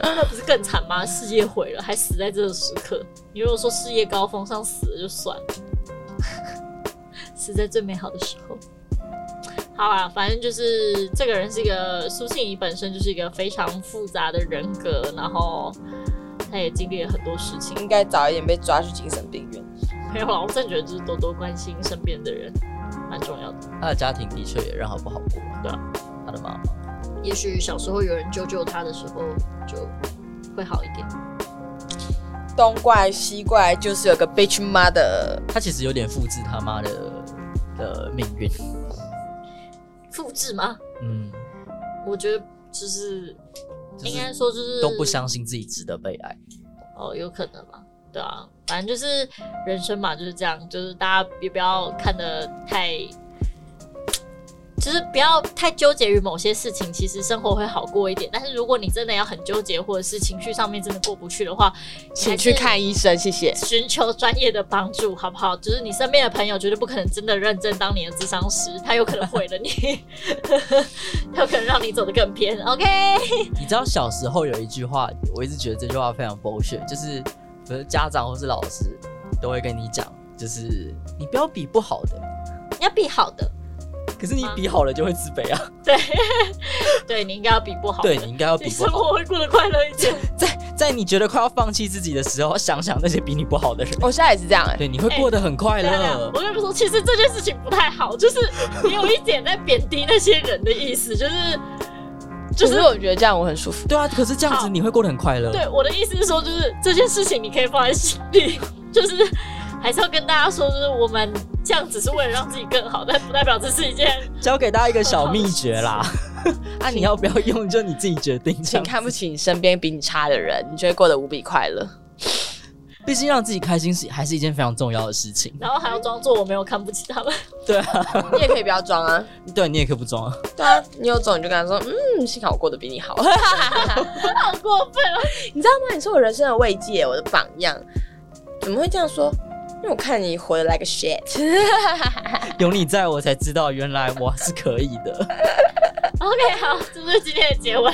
S2: 那不是更惨吗？事业毁了，还死在这个时刻。你如果说事业高峰上死了就算了，死在最美好的时候。好啊，反正就是这个人是一个苏庆怡本身就是一个非常复杂的人格，然后他也经历了很多事情。
S3: 应该早一点被抓去精神病院。
S2: 没有啦，我真的觉得就是多多关心身边的人，蛮重要的。
S1: 他的家庭的确也让他不好过。
S2: 对啊，
S1: 他的妈妈。
S2: 也许小时候有人救救他的时候，就会好一点。
S3: 东怪西怪，就是有个 bitch mother。
S1: 他其实有点复制他妈的的命运。
S2: 复制吗？
S1: 嗯，
S2: 我觉得就是
S1: 就是
S2: 应该说就是
S1: 都不相信自己值得被爱。
S2: 哦，有可能嘛，对啊，反正就是人生嘛就是这样，就是大家也不要看得太，就是不要太纠结于某些事情，其实生活会好过一点。但是如果你真的要很纠结，或者是情绪上面真的过不去的话，
S3: 请去看医生，谢 谢。
S2: 寻求专业的帮助，好不好？就是你身边的朋友绝对不可能真的认真当你的智商师，他有可能毁了你， 他有可能让你走得更偏。OK，
S1: 你知道小时候有一句话，我一直觉得这句话非常 bullshit，就是不是家长或是老师都会跟你讲，就是你不要比不好的，
S2: 你要比好的，
S1: 可是你比好了就会自卑啊。
S2: 对你应该要比不好 的，
S1: 对你应该要
S2: 你
S1: 比不
S2: 生
S1: 好，
S2: 活会过得快乐一点。
S1: 在在你觉得快要放弃自己的时候，想想那些比你不 好的人，
S3: 我现在也是这样哎、
S1: 对，你会过得很快
S2: 对啊，
S1: 乐
S2: 我。跟你们说，其实这件事情不太好，就是你有一点在贬低那些人的意思，就是
S1: 嗯
S2: 就
S3: 就是是我觉得这样我很舒服。
S1: 对啊，可是这样子
S2: 好
S1: 你会过得很快乐。
S2: 对，我的意思是说，就是这件事情你可以放在心里，就是还是要跟大家说，就是我们这样只是为了让自己更好，但不代表这是一件
S1: 教给大家一个小秘诀啦， 啊，你要不要用就你自己决定。这
S3: 请
S1: 样
S3: 看不起你身边比你差的人，你就会过得无比快 乐。
S1: 毕竟让自己开心是还是一件非常重要的事情。
S2: 然后还要装作我没有看不起他们。
S1: 对啊，
S3: 你也可以不要装啊，
S1: 对你也可以不装啊。
S3: 对啊，你有种你就跟他说，嗯，幸好我过得比你好。
S2: 好过分啊！
S3: 你知道吗？你是我人生的慰藉，我的榜样。怎么会这样说？因为我看你活得 like a shit。
S1: 有你在我才知道，原来我是可以的。
S2: OK，好，这就是今天的结尾，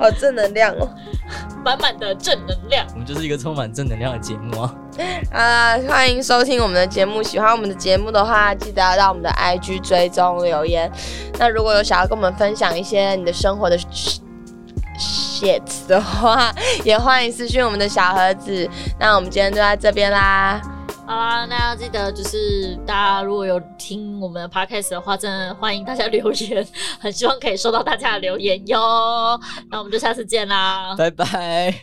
S3: 好正能量哦！
S2: 满满的正能量。
S1: 我们就是一个充满正能量的节目啊！
S3: 啊，欢迎收听我们的节目。喜欢我们的节目的话，记得要到我们的 IG 追踪留言。那如果有想要跟我们分享一些你的生活的 sh- shit 的话，也欢迎私讯我们的小盒子。那我们今天就在这边啦，
S2: 好啦，那要记得就是大家如果有听我们的 podcast 的话，真的欢迎大家留言， 很希望可以收到大家的留言哟。那我们就下次见啦，
S1: 拜拜。